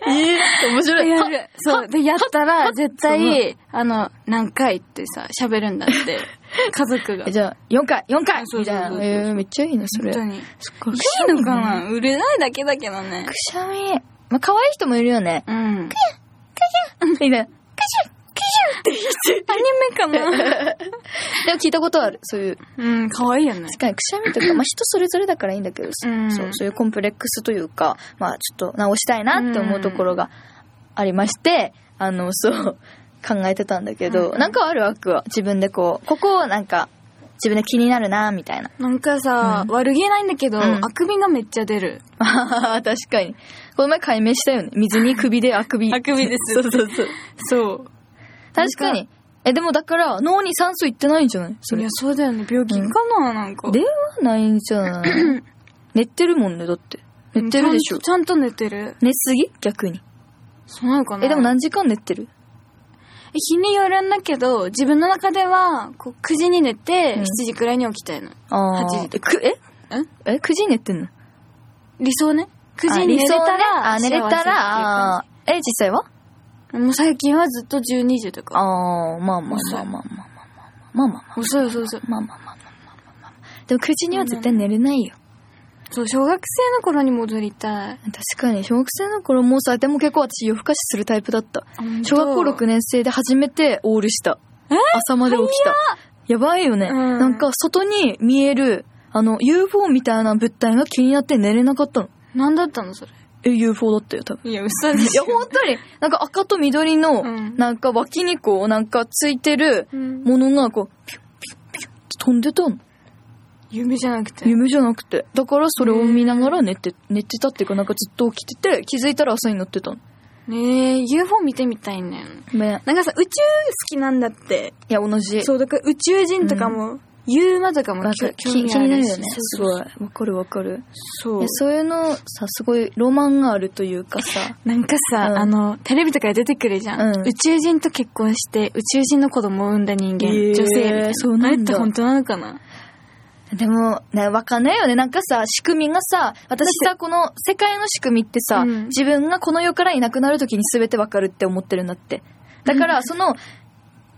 S2: えー、面白
S1: や
S2: は
S1: る。 そう。で、やったら、絶対、あの、何回ってさ、喋るんだって。家 族が。
S2: えじゃあ、4回、4回
S1: そう
S2: みたい
S1: そう
S2: な。
S1: そうそう
S2: えー、めっちゃいいね、それ。
S1: 本当
S2: い
S1: に。い
S2: すっごいくしゃ
S1: い
S2: み
S1: のか
S2: ね
S1: な売れないだけだけどね
S2: く。しゃみ。まあ、可愛い人もいるよ ね。
S1: うん。
S2: みたいな。く
S1: アニメかな
S2: しゃでも聞いたことある。そういう。
S1: うん、可愛いよね。
S2: 確かにくしゃ みとか、まあ、人それぞれだからいいんだけどさ、
S1: うん
S2: そう、そういうコンプレックスというか、まあ、ちょっと直したいなって思うところがありまして、あの、そう、考えてたんだけど、
S1: うん
S2: なんかあるわくは、自分でこう、ここをなんか、自分で気になるな、みたいな。
S1: なんかさ、悪気ないんだけど、
S2: うん
S1: あくびがめっちゃ出る。
S2: あー 確かに。この前解明したよね。水に首であくび。
S1: あくびです
S2: そうそうそう。
S1: そう。
S2: 確かに。え、でもだから、脳に酸素いってないんじゃないそ
S1: い
S2: れ
S1: や、。そうだよね。病気かな、なんか。
S2: ではないんじゃない 寝てるもんね、だって。寝てるでしょ
S1: ち。ゃんとちゃんと寝てる。
S2: 寝すぎ逆に。
S1: そうなのかな
S2: え、でも何時間寝てる
S1: え日によるんだけど、自分の中では、こう、9時に寝て、
S2: うん
S1: 7時くらいに起きたいの。
S2: あ
S1: 8時
S2: ー。え、く、え
S1: ん
S2: え、9時に寝てんの
S1: 理想ね。9時に寝れたら、
S2: あ理想ねあ、寝れたら、
S1: 幸
S2: あーえ、実際は
S1: せっていうかもう最近はずっと12時とか。
S2: あー、まあまあまあまあまあまあ。まあまあまあ。
S1: そうよそうよそうよ
S2: まあまあまあまあまあまあまあ。でも9時には絶対寝れないよ。
S1: そう、小学生の頃に戻りたい。
S2: 確かに、小学生の頃もうさ、でも結構私夜更かしするタイプだった。小学校6
S1: 年。
S2: 年生で初めてオールした。朝まで起きた。やばいよね。
S1: うん
S2: なんか外に見える、あの、UFO みたいな物体が気になって寝れなかったの。
S1: 何だったのそれ。
S2: え、UFO だったよ、多分。
S1: いや、嘘で
S2: いや、本当に、なんか赤と緑の、
S1: うん
S2: なんか脇にこう、なんかついてる
S1: うん
S2: ものが、こう、ピュッピュッピュッって飛んでたの。
S1: 夢じゃなくて。
S2: 夢じゃなくて。だからそれを見ながら寝て、寝てたっていうか、なんかずっと起きてて、気づいたら朝になってたの。
S1: ねえ、UFO 見てみたいんだよね。
S2: ね。
S1: なんかさ、宇宙好きなんだって。
S2: いや、同じ。
S1: そう、だから宇宙人とかも、ユーマとかも
S2: わか
S1: 興
S2: る気気に
S1: 興味あ
S2: なる
S1: し
S2: よね。す
S1: そう
S2: ごい。わかるわかる。
S1: そう
S2: いやそういうのさ、すごいロマンがあるというかさ。
S1: なんかさ、
S2: うん
S1: あの、テレビとかで出てくるじゃん,、
S2: うん
S1: 宇宙人と結婚して、宇宙人の子供を産んだ人間、
S2: へえ
S1: 女性みたいな。
S2: そうなんだ
S1: あれって本当なのかな
S2: でも、ね、わかんないよね。なんかさ、仕組みがさ、私さ、この世界の仕組みってさ、
S1: うん
S2: 自分がこの世からいなくなるときに全てわかるって思ってるんだって。だか
S1: う
S2: ら、その、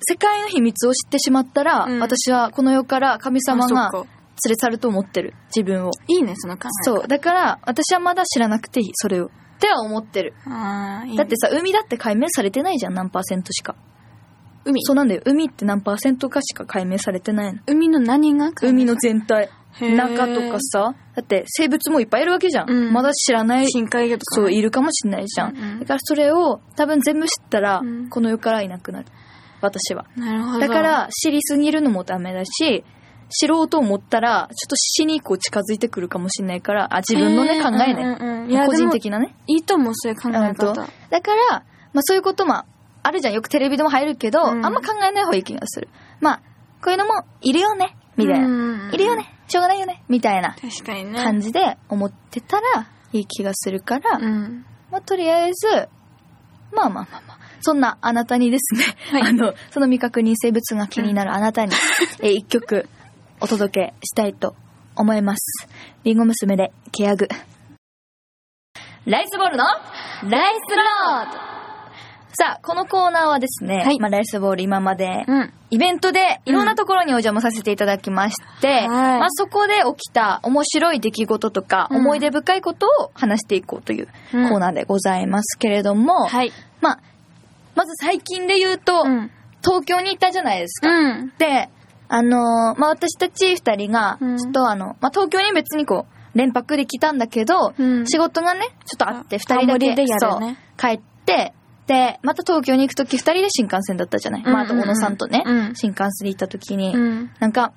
S2: 世界の秘密を知ってしまったら、
S1: うん
S2: 私はこの世から神様が
S1: あそっ
S2: 連
S1: か
S2: れ去ると思ってる。自分を。
S1: いいね、その考え。
S2: そう。。だから、私はまだ知らなくていい。それを。っては思ってる。
S1: ああ、いいね、
S2: だってさ、海だって解明されてないじゃん。何パーセントしか。
S1: 海。
S2: そうなんだよ。海って何パーセントかしか解明されてないの。
S1: 海の何が
S2: 海の全体。
S1: へー
S2: 中とかさ。だって生物もいっぱいいるわけじゃん。
S1: うん
S2: まだ知らない。
S1: 深海魚とか。
S2: そう、いるかもしれないじゃん。
S1: うんうん
S2: だからそれを多分全部知ったら、
S1: うん
S2: この世からいなくなる。私は。
S1: なるほど。
S2: だか、ら知りすぎるのもダメだし、知ろうと思ったら、ちょっと死にこう近づいてくるかもしれないから、あ、自分のね、考えね。
S1: うんうんうんいや、
S2: 個
S1: 個
S2: 人
S1: 人
S2: 的なね。
S1: いいと思う、そういう考え
S2: うん
S1: 方。
S2: とだから、まあそういうこともあるじゃん。よくテレビでも入るけど、
S1: うん
S2: あんま考えない方がいい気がする。まあ、こういうのもいるよね、みたいな。
S1: ない
S2: るよ。ね、しょうがないよね、みたいな
S1: 確かにね。
S2: 感じで思ってたらいい気がするから、
S1: うん。
S2: まあとりあえず、まあまあまあまあ。そんなあなたにですね、
S1: はい
S2: あの、その未確認生物が気になるあなた に、えー一曲お届けしたいと思います。りんご娘でケヤグ。ライスボールのライスロードさあ、このコーナーはですね、
S1: はい
S2: まあ、ライスボール今まで
S1: うん。
S2: イベントでいろんなところにお邪魔させていただきまして、
S1: い
S2: まあ、そこで起きた面白い出来事とか、
S1: うん
S2: 思い出深いことを話していこうというコ
S1: うん
S2: ーナーでございますけれども、
S1: はい。
S2: まあ、まず最近で言うと、
S1: うん。
S2: 東京に行ったじゃないですか。
S1: うん。
S2: で、あのーまあ、私たち二人が、
S1: うん
S2: ちょっとあの、まあ、東京に別にこう、連泊できたんだけど、
S1: うん
S2: 仕事がね、ちょっとあって、
S1: あ
S2: 二人だけ、
S1: 青森でや
S2: そ
S1: る
S2: う
S1: ね、
S2: 帰って、で、また東京に行くとき二人で新幹線だったじゃない。まあ、あと
S1: うん
S2: 小
S1: うんうん
S2: 野さんとね、
S1: うん
S2: 新幹線で行ったときに、
S1: うん。
S2: なんか、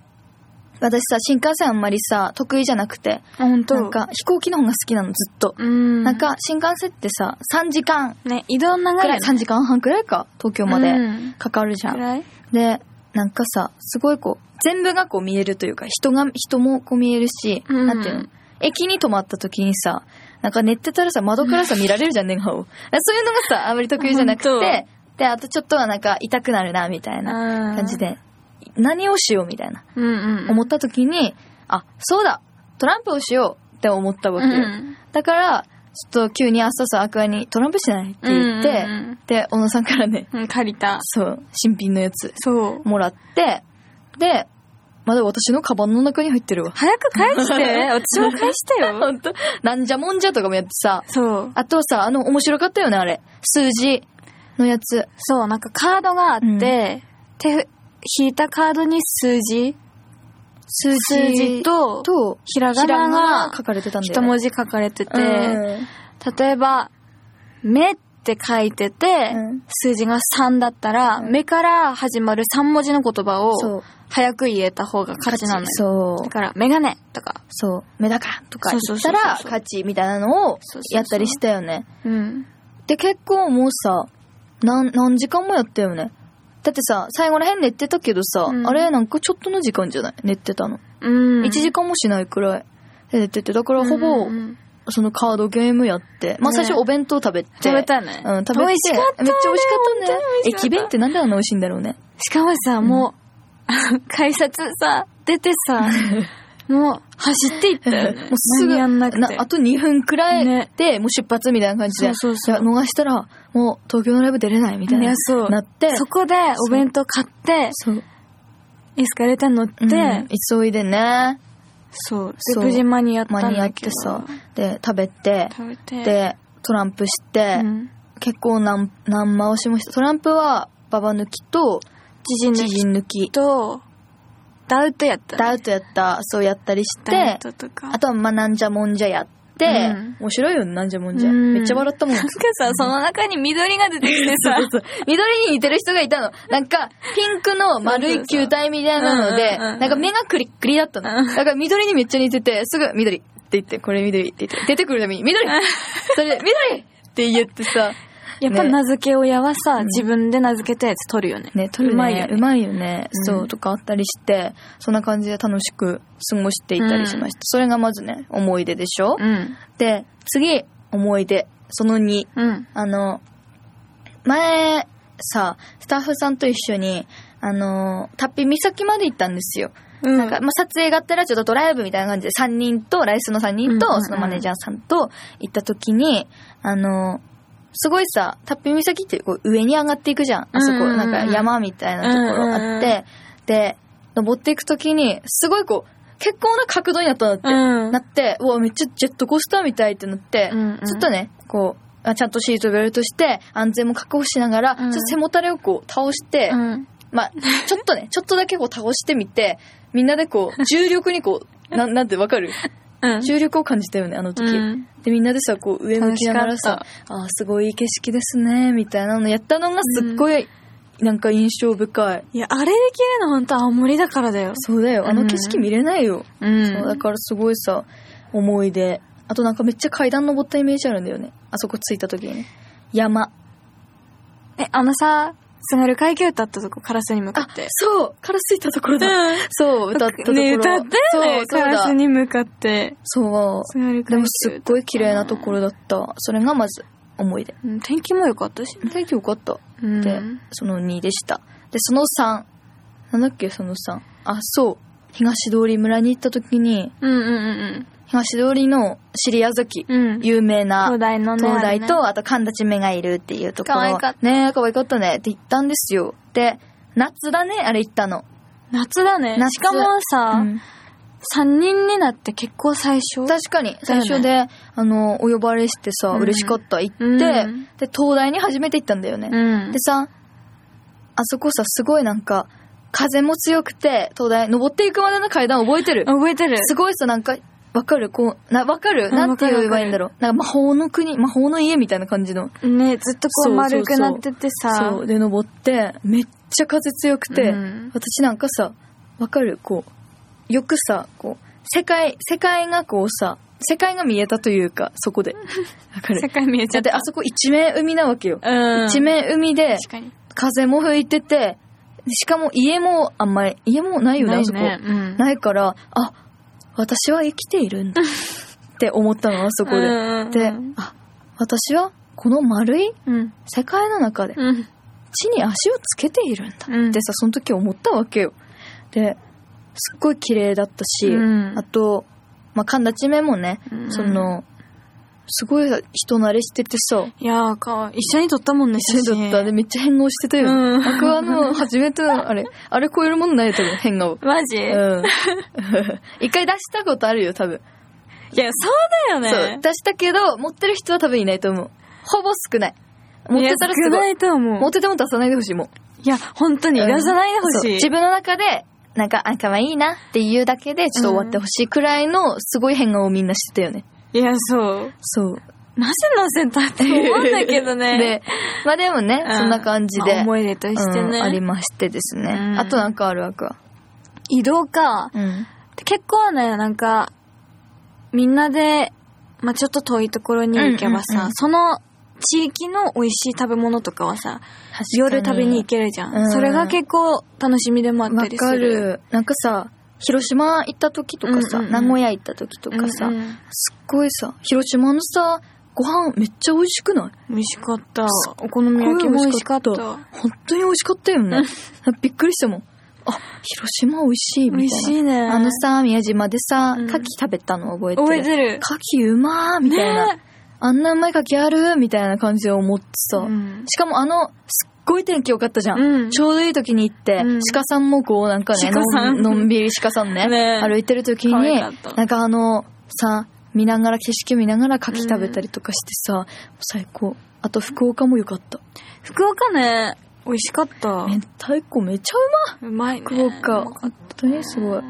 S2: 私さ、新幹線あんまりさ、得意じゃなくて、
S1: あ本当
S2: なん、か飛行機の方が好きなの、ずっと。
S1: うん。
S2: なん、か、新幹線ってさ、3時間
S1: ね、移動長
S2: く
S1: い
S2: らい、
S1: よね。
S2: 3時間半くらいか、東京まで
S1: うん
S2: かかるじゃん
S1: く。らい
S2: でなんかさすごいこう全部がこう見えるというか人が人もこう見えるし、
S1: うん
S2: なんていうの駅に止まった時にさなんか寝てたらさ窓からさ見られるじゃん寝 顔そういうのがさあまり得意じゃなく
S1: 本
S2: てであとちょっとはなんか痛くなるなみたいな
S1: 感
S2: 感じ。で、何をしようみたいな
S1: うんうん。
S2: 思った時にあそうだトランプをしようって思ったわけよ、
S1: うん
S2: だからちょっと急に明日さアクアに「トランプしない?」って言って、
S1: うんうんうん
S2: で小野さんからね
S1: うん。借りた。
S2: そう新品のやつ
S1: そう。
S2: もらって、で、まだ私のカバンの中に入ってるわ。
S1: 早く返 して。私も返してよ。
S2: 本当なんじゃもんじゃとかもやってさ、
S1: そう。
S2: あとさ、あの、面白かったよね、あれ。数字のやつ。
S1: そう、なんかカードがあって、
S2: うん
S1: 手、引いたカードに数字、
S2: 数
S1: 数字と、
S2: と、
S1: ひらが
S2: ひ
S1: な
S2: らがな書
S1: が
S2: かれてたんだ
S1: 一
S2: よ、ね。
S1: 文字書かれてて、
S2: うん
S1: 例えば、目って書いてて、
S2: うん
S1: 数字が3だったら、
S2: うん
S1: 目から始まる3文字の言葉
S2: そ
S1: を
S2: う、
S1: 早く言えた方が勝ちなのよ。
S2: そう
S1: だ。から、メガネとか。
S2: そう。目だからとか
S1: そ
S2: 言
S1: うそう
S2: っ
S1: そ
S2: た
S1: うそう
S2: ら、勝ちみたいなのを
S1: そうそうそう
S2: やったりしたよね。
S1: うん。
S2: で、結構もうさ、なん、何時間もやったよね。だってさ、最後らへん寝てたけどさ、
S1: うん
S2: あれなんかちょっとの時間じゃない寝てたの。
S1: うん。
S2: 1時間もしないくらいで出ててだからほぼ
S1: うんうんうん
S2: そのカードゲームやって、まあ
S1: ね
S2: 最初お弁当食べて
S1: 食べたね。
S2: うん、食べ
S1: 美
S2: て
S1: 味しかったね。
S2: めっちゃ美味しかった
S1: 本
S2: ね
S1: 当に美味しかった
S2: 駅弁ってなんであんな美味しいんだろうね
S1: しかもさ、もう、 改札さ、出て さ、もう、走っていったよね。
S2: もうすぐ
S1: 何やんなくて。
S2: あと2分くらい
S1: ね
S2: でもう出発みたいな感じで、
S1: そうそうそう
S2: いや逃したらもう東京のライブ出れないみたい
S1: い
S2: な
S1: やそう
S2: なって
S1: そこでお弁当買って、
S2: そう
S1: エスカレーター乗って、
S2: うん急いでね
S1: そう、
S2: そ
S1: セプ
S2: う
S1: ジ間にやったん
S2: 間に
S1: だ
S2: 合っ
S1: け
S2: て
S1: ど。
S2: さで食べて
S1: 食べて。、
S2: でトランプして、
S1: うん、
S2: 結構何何回しもしたトランプはババ抜きと
S1: 知人
S2: 知
S1: の人
S2: 人抜き
S1: と、ダウトやったね。
S2: ダウトやったそうやったりし
S1: ダウ
S2: て
S1: トとか。
S2: あとはまあなんじゃもんじゃやって、
S1: うん
S2: 面白いよねなんじゃもんじゃ、
S1: うん
S2: めっちゃ笑ったもん
S1: なんかさ、その中に緑が出て きてさ、
S2: 緑に似てる人がいたの。なんか、ピンクの丸い球体みたいなので、
S1: うんうんうんうん
S2: なんか目がクリックリだった
S1: う
S2: の。だから緑にめっちゃ似てて、すぐ緑って言って、これ緑って言って、出てくるために、緑それで、緑って言ってさ、
S1: やっぱ名付け親はさ、自分で名付けたやつ取るよね。
S2: ね、取る
S1: うまい
S2: ね
S1: よ。ね
S2: うまいよね。
S1: うん
S2: そう、とかあったりして、そんな感じで楽しく過ごしていたりしました。それがまずね、思い出でしょ
S1: うん。
S2: で、次、思い出。その2。
S1: うん。
S2: あの、前、さ、スタッフさんと一緒に、あの、タッピ岬まで行ったんですよ。
S1: うん。
S2: なんか、まあ、撮影がてらちょっとドライブみたいな感じで3人と、ライスの3人
S1: うんうんう
S2: と、
S1: ん
S2: そのマネージャーさんと行った時に、あの、すごいさ、タッピ岬ってこう上に上がっていくじゃん。あそ
S1: う
S2: こ、
S1: んうんうん
S2: なんか山みたいなところあっ
S1: うん
S2: て、で、登っていく時に、すごいこう、結構な角度になったんだって。
S1: うん
S2: な。って、うわ、めっちゃジェットコースターみたいってなって、
S1: うんうん
S2: ちょっとね、こう、あちゃんとシートベルトして、安全も確保しながら、
S1: うん
S2: ちょっと背もたれをこう倒して、
S1: うん。
S2: まあ、ちょっとね、ちょっとだけこう倒してみて、みんなでこう、重力にこう、ななんてわかる
S1: うん。
S2: 重力を感じたよね、あの時。
S1: うん
S2: で、みんなでさ、こう上向きながらさ
S1: 楽、
S2: あーすごいいい景色ですね、みたいなのやったのがすっごい、なんか印象深い。
S1: いや、あれできるの本当青森だからだよ。
S2: そうだよ、あの景色見れないよ。
S1: うん
S2: そうだからすごいさ思い出あとなんかめっちゃ階段登ったイメージあるんだよねあそこ着いた時にね山
S1: え、あのさ、津軽海峡歌ったとこ、カラスに向か
S2: あ
S1: って。
S2: そうから着いたところだ、
S1: うん
S2: そう歌ったところ、
S1: ね、歌ったよね。
S2: そう
S1: カ
S2: そう
S1: ラ
S2: だ
S1: スに向かって。
S2: そう
S1: 津軽海峡
S2: でもすっごい綺麗なところだったそれがまず思い出
S1: うん天気も良かったしね。
S2: 天気良かった
S1: うん
S2: で、その2でしたでその3なんだっけその3あそう東通り村に行った時に
S1: うんうん
S2: 東通りの尻矢崎、
S1: うんうん。
S2: 有名な
S1: 東大のね。
S2: 東大
S1: あ
S2: と、あと神田ちめがいるっていうところ。
S1: 可愛かった
S2: ねえ、可愛かったねって言ったんですよ。で、夏だね、あれ行ったの。
S1: れね夏だね。
S2: 夏
S1: しかもさ
S2: う、ん
S1: 三人になって結構最初。
S2: 確かに、最初で、あの、お呼ばれしてさ、
S1: うん
S2: 嬉しかった、行って、
S1: うん
S2: で、東大に初めて行ったんだよね。
S1: うん
S2: で。さ、あそこさ、すごいなんか、風も強くて、東大、登っていくまでの階段覚えてる。
S1: 覚えてる
S2: すごいさ、なんか、わかるこう、な、わか
S1: う
S2: る
S1: ん
S2: なんて
S1: わかる
S2: 言えばいいんだろう。なんか魔法の国、魔法の家みたいな感じの。
S1: ね、ずっとこ
S2: そううそうそう
S1: 丸くなっててさ
S2: そう。で登ってめっちゃ風強くて、
S1: うん
S2: 私なんかさわかるこうよくさこう世界世界がこうさ世界が見えたというか そこでわかる
S1: 世界見えち
S2: だ
S1: ゃ
S2: っ
S1: って
S2: てあそこ一面海なわけよ、
S1: うん。
S2: 一面海で
S1: 確かに。
S2: 風も吹いててしかも家もあんまり家もないよねあそこ
S1: うん。
S2: ないからあ私は生きている んだって思ったのあそこで、
S1: うん
S2: であ私はこの丸い
S1: うん。
S2: 世界の中で
S1: うん。
S2: 地に足をつけているんだ
S1: うん
S2: ってさその時思ったわけよですっごい綺麗だったし、
S1: うん
S2: あと、まあ、神田地面もね、
S1: うん
S2: そのすごい人慣れしててさ
S1: いやー、かわいい。一緒に撮ったもんね、
S2: 一緒だったで
S1: ね。
S2: めっちゃ変顔してたよ、
S1: う
S2: ね
S1: ん
S2: アクアの初めてのあれあれ超えるもんないよ多分変顔
S1: マジ、
S2: うん 一回出したことあるよ多分、
S1: いや、そうだ
S2: そ
S1: よ
S2: う
S1: ね。
S2: 出したけど持ってる人は多分いないと思うほぼ少ない持ってたらす
S1: いや少
S2: ご
S1: ないいと思う
S2: 持。ってても出さないでほしいもう
S1: いや、本当に出さないでほ
S2: そう
S1: しい。
S2: 自分の中で、なんか、あ、可愛いなっていうだけで、ちょっと終わってほしいくらいの、すごい変顔をみんなしてたよね。
S1: いや、そう。
S2: そう。
S1: なぜ乗せたって思うんだけどね。
S2: で、まあでもね、
S1: うん
S2: そんな感じで、
S1: あ思い出としてね。
S2: うんありましてですね。
S1: うん
S2: あとなんかあるわくわ。
S1: 移動か。
S2: うん。
S1: 結構ね、なんか、みんなで、まあ、ちょっと遠いところに行けばさ、
S2: うんうんうん
S1: その地域の美味しい食べ物とかはさ、夜食べに行けるじゃん。
S2: うん
S1: それが結構楽しみでもあった
S2: わ
S1: り
S2: か
S1: する。
S2: る。なんかさ、広島行った時とかさ、
S1: うんうんうん
S2: 名古屋行った時と
S1: と
S2: かさ、すっごいさ、広島のさ、ご飯めっちゃ美味しくない
S1: 美味しかった。お好み焼きも美味しかった。
S2: 本当に美味しかったよね。びっくりしたもん。あ、広島美味しい
S1: 美味
S2: みたいな。
S1: しいね。
S2: あのさ、宮島でさ、
S1: うん
S2: 牡蠣食べたの覚えてる
S1: 覚えてる。
S2: 牡蠣うまーみたいな。
S1: ね
S2: あんなうまい牡蠣あるみたいな感じで思ってさ。
S1: うん
S2: しかもあの、すっごい天気良かったじゃん。
S1: うん
S2: ちょうどいい時に行って、
S1: うん
S2: 鹿さんもこうなんかね、
S1: 鹿さん
S2: のんのんびり鹿さんね、
S1: ね
S2: 歩いてる時に、
S1: 可愛かった
S2: なんかあの、さ、見ながら、景色見ながら牡蠣食べたりとかしてさ、最高。あと福岡も良かった。
S1: 福岡ね、美味しかった。
S2: 明太子めちゃうまいう
S1: まいね。
S2: 福岡。本当にすごい。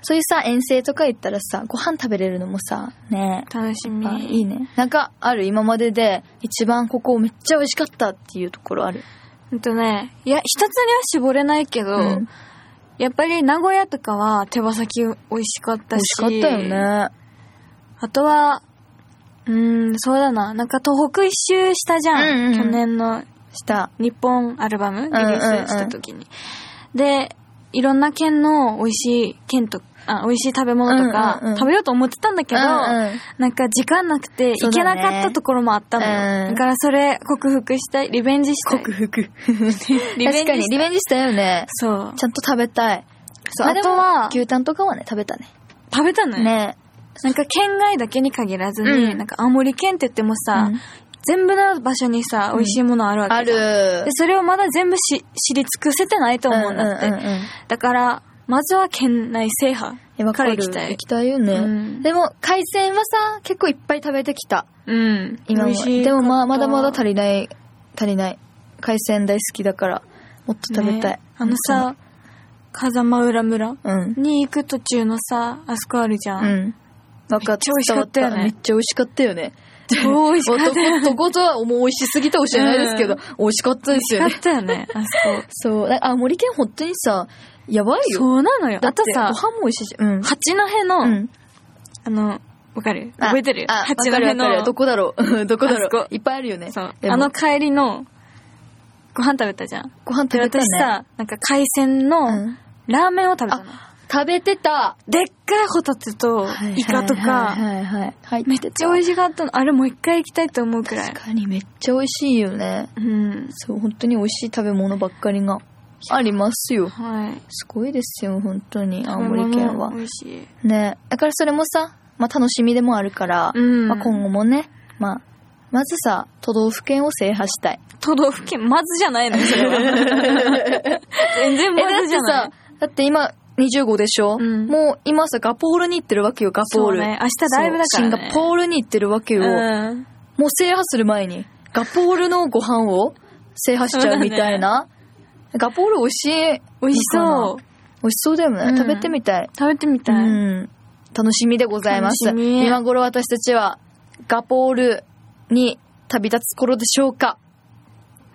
S2: そういうさ、遠征とか行ったらさ、ご飯食べれるのもさ、ね
S1: 楽しみ。
S2: あいいね。なんかある今までで一番ここめっちゃ美味しかったっていうところある。
S1: ほんとね、いや、一つには絞れないけど、
S2: うん
S1: やっぱり名古屋とかは手羽先美味しかった
S2: 美
S1: し。
S2: 味しかったよね。
S1: あとは、うーん、そうだな。なんか東北一周したじゃん。
S2: うんうんうん
S1: 去年の
S2: した。
S1: 日本アルバムリリースした時に。で、いろんな県の美味しい県とあ、美味しい食べ物とか、
S2: うんうんうん
S1: 食べようと思ってたんだけど、
S2: うんうん
S1: なんか時間なくて
S2: そ
S1: 行
S2: うだ
S1: け
S2: ね
S1: なかったところもあったのよ。だ,、
S2: うん
S1: からそれ克服したい、リベンジしたい。
S2: 克服。
S1: リベンジしたい
S2: 確かに、リベンジしたよね。
S1: そう。
S2: ちゃんと食べたい。
S1: そうあとは
S2: でも牛タンとかはね、食べたね。
S1: 食べたのよ。
S2: ね
S1: なんか県外だけに限らずに、
S2: うん
S1: なんか青森県って言ってもさ、
S2: うん
S1: 全部の場所にさ、美味しいものあるわけ
S2: あ
S1: じゃん
S2: る
S1: で。それをまだ全部し知り尽くせてないと思うんだって、
S2: うんうんうんうん
S1: だからまずは県内制覇
S2: え、わ
S1: か
S2: からる。
S1: 行きたい
S2: 行きたいよね。
S1: うん
S2: でも、海鮮はさ、結構いっぱい食べてきた。
S1: うん
S2: 今も。でもまあ、まだまだ足
S1: り
S2: りない、足りない。海鮮大好きだから、もっと食べたい。
S1: あのさ風間浦村
S2: 本当に、
S1: に行く途中のさあそこあるじゃ、
S2: うん。うんん。わかった。
S1: めっちゃ美味しかったよね
S2: 伝わめっちゃ美味しかったよね。
S1: 超美味しかったよ
S2: 男男とはもう美味しすぎたかもしれないですけど、
S1: うん
S2: 美味しかったですよ
S1: 美
S2: ね
S1: 味しか。ったよねあそこ
S2: そう。なんか、あ、森県本当にさ、やばいよ。
S1: そうなのよ
S2: だ
S1: あ
S2: って
S1: とさ
S2: ご飯も美味しいし。うん。
S1: 八戸の、
S2: うん
S1: あのわかる覚えてる
S2: あ、わ
S1: 八
S2: か
S1: 戸
S2: るわか
S1: の
S2: る。どこだろう どこ
S1: あ
S2: だろ
S1: そうこ
S2: いっぱいあるよね。
S1: そう
S2: でも
S1: あの帰りのご飯食べたじゃん
S2: ご飯食
S1: で
S2: べたね
S1: 私。さなんか海鮮
S2: う
S1: の
S2: ん
S1: ラーメンを食べたの、
S2: あ、食べてた。
S1: でっかいホタテとイカとか、
S2: はいはいはいはい。入
S1: めって
S2: た
S1: ちゃ美味しかったの。あれもう一回行きたいと思うくらい
S2: 確。かにめっちゃ美味しいよね。
S1: うん。
S2: そう、本当に美味しい食べ物ばっかりがありますよ。
S1: はい。
S2: すごいですよ、本当に、青森県は
S1: 食べ物も。美味しい。
S2: ねだからそれもさ、まあ、楽しみでもあるから、
S1: うん
S2: まあ、今後もね、まあ、まずさ都道府県を制覇したい
S1: 都道府県、まずじゃないのそれは全然まずじゃ
S2: えだって
S1: ない
S2: さ。だって今25でしょ、
S1: うん
S2: もう今さガポールに行ってるわけよガポー
S1: そう
S2: ル、
S1: ね。明日ライブだからね。
S2: そうシンガポールに行ってるわけよ、
S1: うん。
S2: もう制覇する前にガポールのご飯を制覇しちゃうみたいな、ガポール美味しい
S1: 美味しそう
S2: う。美味しそうだよね、
S1: うん
S2: 食べてみたい
S1: 食べてみたい。
S2: うん、楽しみでございます
S1: 楽しみ
S2: 今頃私たちはガポールに旅立つ頃でしょうか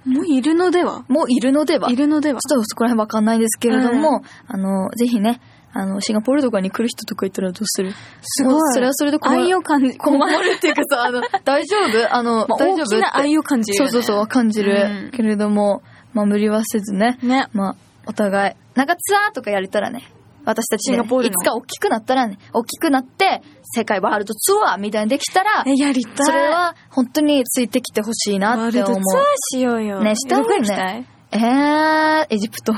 S1: もういるのでは
S2: もういるのではい
S1: るのでは
S2: ちょっとそこら辺わかんないですけれども、あのぜひねあのシンガポールとかに来る人とかいたらどうする
S1: すごい
S2: もう。それはそれで困
S1: 愛を
S2: る
S1: 感じ、
S2: 困るっていうかさあの大丈夫あの、
S1: まあ
S2: 大丈夫
S1: 大きな愛を感じる
S2: そ
S1: よ
S2: う
S1: ね。
S2: そうそう感じる、
S1: うん
S2: けれどもまあ無理はせずね
S1: ね。
S2: まあお互いなんかツアーとかやれたらね私たちね
S1: シンガポール
S2: い
S1: の
S2: つか大きくなったらね大きくなって世界ワールドツアーみたいにできたら
S1: え、やりたい。
S2: それ、は本当についてきてほしいな
S1: ワー
S2: って
S1: ルド
S2: 思
S1: ツ
S2: う
S1: アーしようよ。
S2: ねしたいよね
S1: どこ行きたい
S2: えー、エジ プト。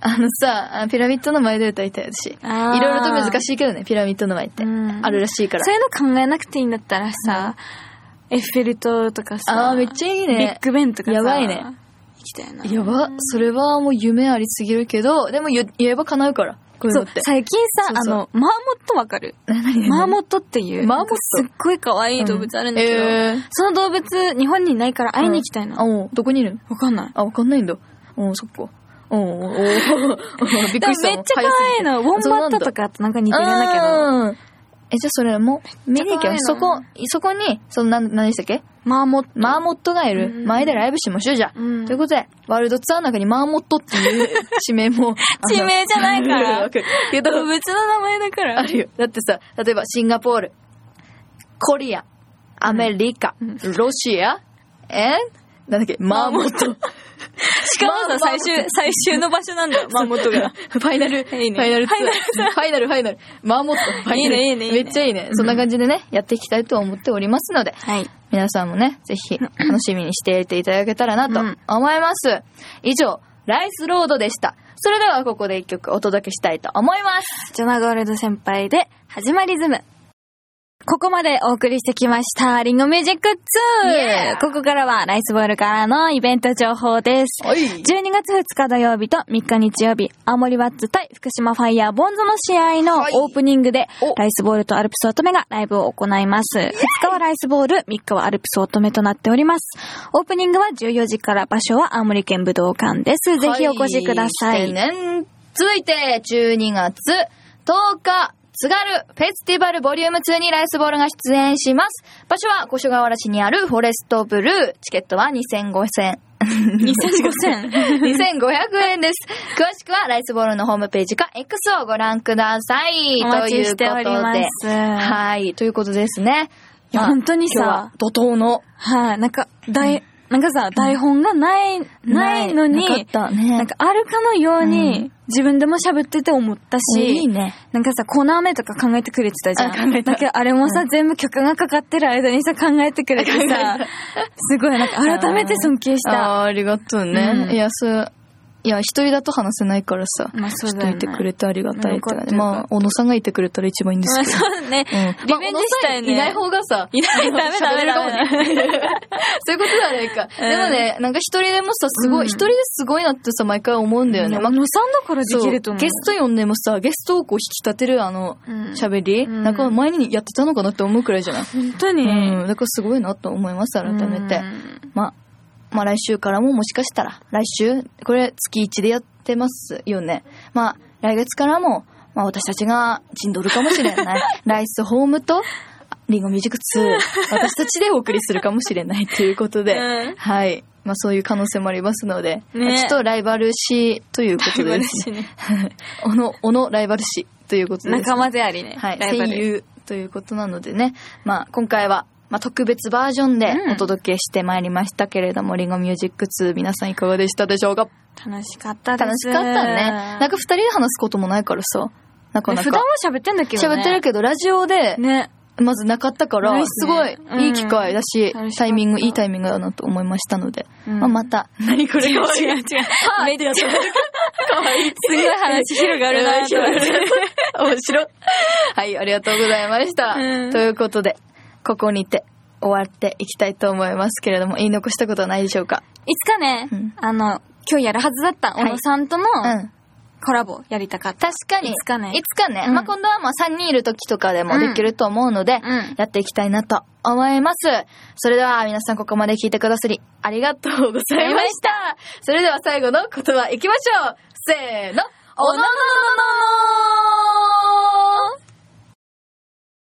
S2: あのさ、あピラミッドの前で歌いたい私。い
S1: あー
S2: ろいろと難しいけどね、ピラミッドの前って。
S1: うん
S2: あるらしいから
S1: そう。いうの考えなくていいんだったらさ、エッフェル塔とかさ、
S2: あー、めっちゃいい
S1: ビッ
S2: ね。
S1: グベンとかさ、
S2: やばいね。
S1: 行きたいな。
S2: やば、それはもう夢ありすぎるけど、でも言言えば叶うから、こういう
S1: そ
S2: の
S1: う
S2: って、。
S1: 最近さ、
S2: そうそう
S1: あの、マーモットわかるマーモットっていう、
S2: マー
S1: な
S2: モット
S1: んかすっごい可愛い動物あるんだけど、
S2: うんえー
S1: その動物、日本にいないから会いに行きたいの。
S2: あ、おうどこにいるの
S1: わかんない。
S2: あ、わかんないんだ。おうそっか。おうおう びっく
S1: でも
S2: りした。
S1: めっちゃ可愛いの。ウォンバットとかとなんか似てるんだけど、
S2: ど。え、じゃあそれも、見に行けば、
S1: めっちゃ
S2: そ
S1: 可
S2: こ
S1: 愛、
S2: そこに、その、なん、何でしたっけ
S1: マーモット。
S2: マーモットがいる
S1: うん
S2: 前でライブしましょうじゃあ、
S1: うん
S2: ということでワールドツアーの中にマーモットっていう地名もあの
S1: 地名じゃないから
S2: わるけど
S1: 動物の名前だか
S2: あ
S1: ら。
S2: るよだってさ例えばシンガポールコリアアメリカ、
S1: うん
S2: ロシアえなんだっけマーモット
S1: しかも
S2: マ
S1: さ、
S2: ー
S1: 最終、最終の場所 なんだよ、マーモットが。
S2: ファイナル、ファ
S1: い
S2: イ
S1: いね
S2: ナルツアー、ファイナル、ファイナル、マーモット、ファイナル。
S1: いいねいいねいい
S2: め
S1: ね
S2: っちゃいいね。そんな感じでね、やっていきたいと思っておりますので、
S1: はい。
S2: 皆さんもね、ぜひ楽しみにしていていただけたらなと
S1: うん
S2: 思います。以上、ライスロードでした。それではここで一曲お届けしたいと思います。
S1: ジョナゴールド先輩で、始まりズム。ここまでお送りしてきました、リンゴミュージック 2!
S2: Yeah
S1: ここからはライスボールからのイベント情報です。
S2: はい
S1: 12月2日土曜日と3日日曜日、青森ワッツ対福島ファイヤーボンズの試合の
S2: はい
S1: オープニングで、
S2: お
S1: ライスボールとアルプス乙女がライブを行います。2日はライスボール、3日はアルプス乙女となっております。オープニングは14時から場所は青森県武道館です。ぜひお越しくださ。
S2: はい来年続いて、12月10日、津軽フェスティバルボリューム2にライスボールが出演します。場所は五所川原市にあるフォレストブルー。チケットは2500円。
S1: 2500
S2: 2500円です。詳しくはライスボールのホームページか X をご覧ください。
S1: お待ちしておりま
S2: というこ
S1: す。
S2: とで。はい。ということですね。
S1: いや
S2: まあ
S1: 本当にさ、
S2: 今日は怒涛の
S1: はい、なんか、台、なんかさ、台本がない、ないのに、
S2: なかったね。
S1: なんかあるかのよう
S2: う
S1: に、自分でも喋ってて思った
S2: お、いい
S1: し、
S2: ね。
S1: なんかさ、コーナー名とか考えてくれてたじゃ
S2: あ考
S1: ん。
S2: えた
S1: だけどあれもさ、全部曲がかかってる間にさ、考えてくれてさ、すごい、なんか改めて尊敬した。
S2: あーありがとうね。
S1: うん
S2: いや、そう、いや、一人だと話せないからさ、
S1: まあそう
S2: 一
S1: だよ
S2: 人
S1: ね
S2: いてくれてありがたいって感じ。
S1: よか
S2: ま
S1: っ
S2: あ、小野さんがいてくれたら一番いいんです
S1: まあ
S2: けど。
S1: そうね。
S2: うん
S1: リベンジしたいね。
S2: まあ小野さんいな
S1: いない
S2: い方がさ、あの
S1: ダメダメダメ
S2: 喋れるかもねそういうことじゃないか。
S1: うん
S2: でもね、なんか一人でもさ、すご
S1: うん
S2: い、一人ですごいなってさ、毎回思うんだよね。
S1: ね
S2: まあ
S1: 野さんだからで
S2: そ
S1: き
S2: う、ゲ
S1: る
S2: ス
S1: と
S2: ト
S1: 思う。
S2: 呼んでもさ、ゲストをこう引き立てるあの、
S1: うん
S2: 喋り、
S1: うん
S2: なんか前にやってたのかなって思うくらいじゃない、
S1: 本当に。
S2: うん、だからすごいなと思います、改めて。まあ、まあ来週からももしかしたら、来週、これ月1でやってますよね。まあ、来月からも、まあ私たちが陣取るかもし れない。ライスホームと、あリンゴミュージック2、私たちでお送りするかもしれない ということで、
S1: うん
S2: はい。まあそういう可能性もありますので、
S1: ね
S2: まあちょっとライバル視というこ
S1: ラ
S2: と
S1: イバ
S2: で
S1: ル
S2: す
S1: 視
S2: ね。
S1: ね
S2: おの、おのライバル視ということです
S1: 仲間でありね。
S2: はい、
S1: ライバル
S2: 声優ということなのでね、まあ、今回は、まあ、特別バージョンで
S1: うん
S2: お届けしてまいりましたけれども、リンゴミュージック2皆さんいかがでしたでしょうか
S1: 楽しかったで
S2: 楽し
S1: す。
S2: かったね。なんか二人で話すこともないからさ、なか
S1: ね
S2: な
S1: 普段
S2: か
S1: は。喋ってんだけどね。
S2: 喋ってるけど、ラジオで、
S1: ね。
S2: まずなかったか
S1: ないっ
S2: ら、
S1: す
S2: す
S1: ね
S2: ごいいい機会だし
S1: うん楽しかっ、た
S2: タイミング、いいタイミングだなと思いましたので、
S1: うん
S2: まあまた、何これ
S1: 違う違う。めっ ちゃ、かわいい。すごい話広がるなと思って。
S2: 面白い。はい、ありがとうございました。
S1: うん
S2: ということで、ここにて終わっていきたいと思いますけれども、言い残したことはないでしょうか
S1: いつかね
S2: うん、
S1: あの、今日やるはずだった
S2: は
S1: 小
S2: い
S1: 野さんとの
S2: うん。
S1: コラボやりたかった。
S2: 確かに。
S1: いつかね
S2: いつかね。
S1: うん
S2: まあ、今度はまあ3人いる時とかでもできると思うので、
S1: うん
S2: やっていきたいなと思います。それでは皆さんここまで聞いてくださり、ありがとうございました。それでは最後の言葉いきましょう。せーの。おのののののの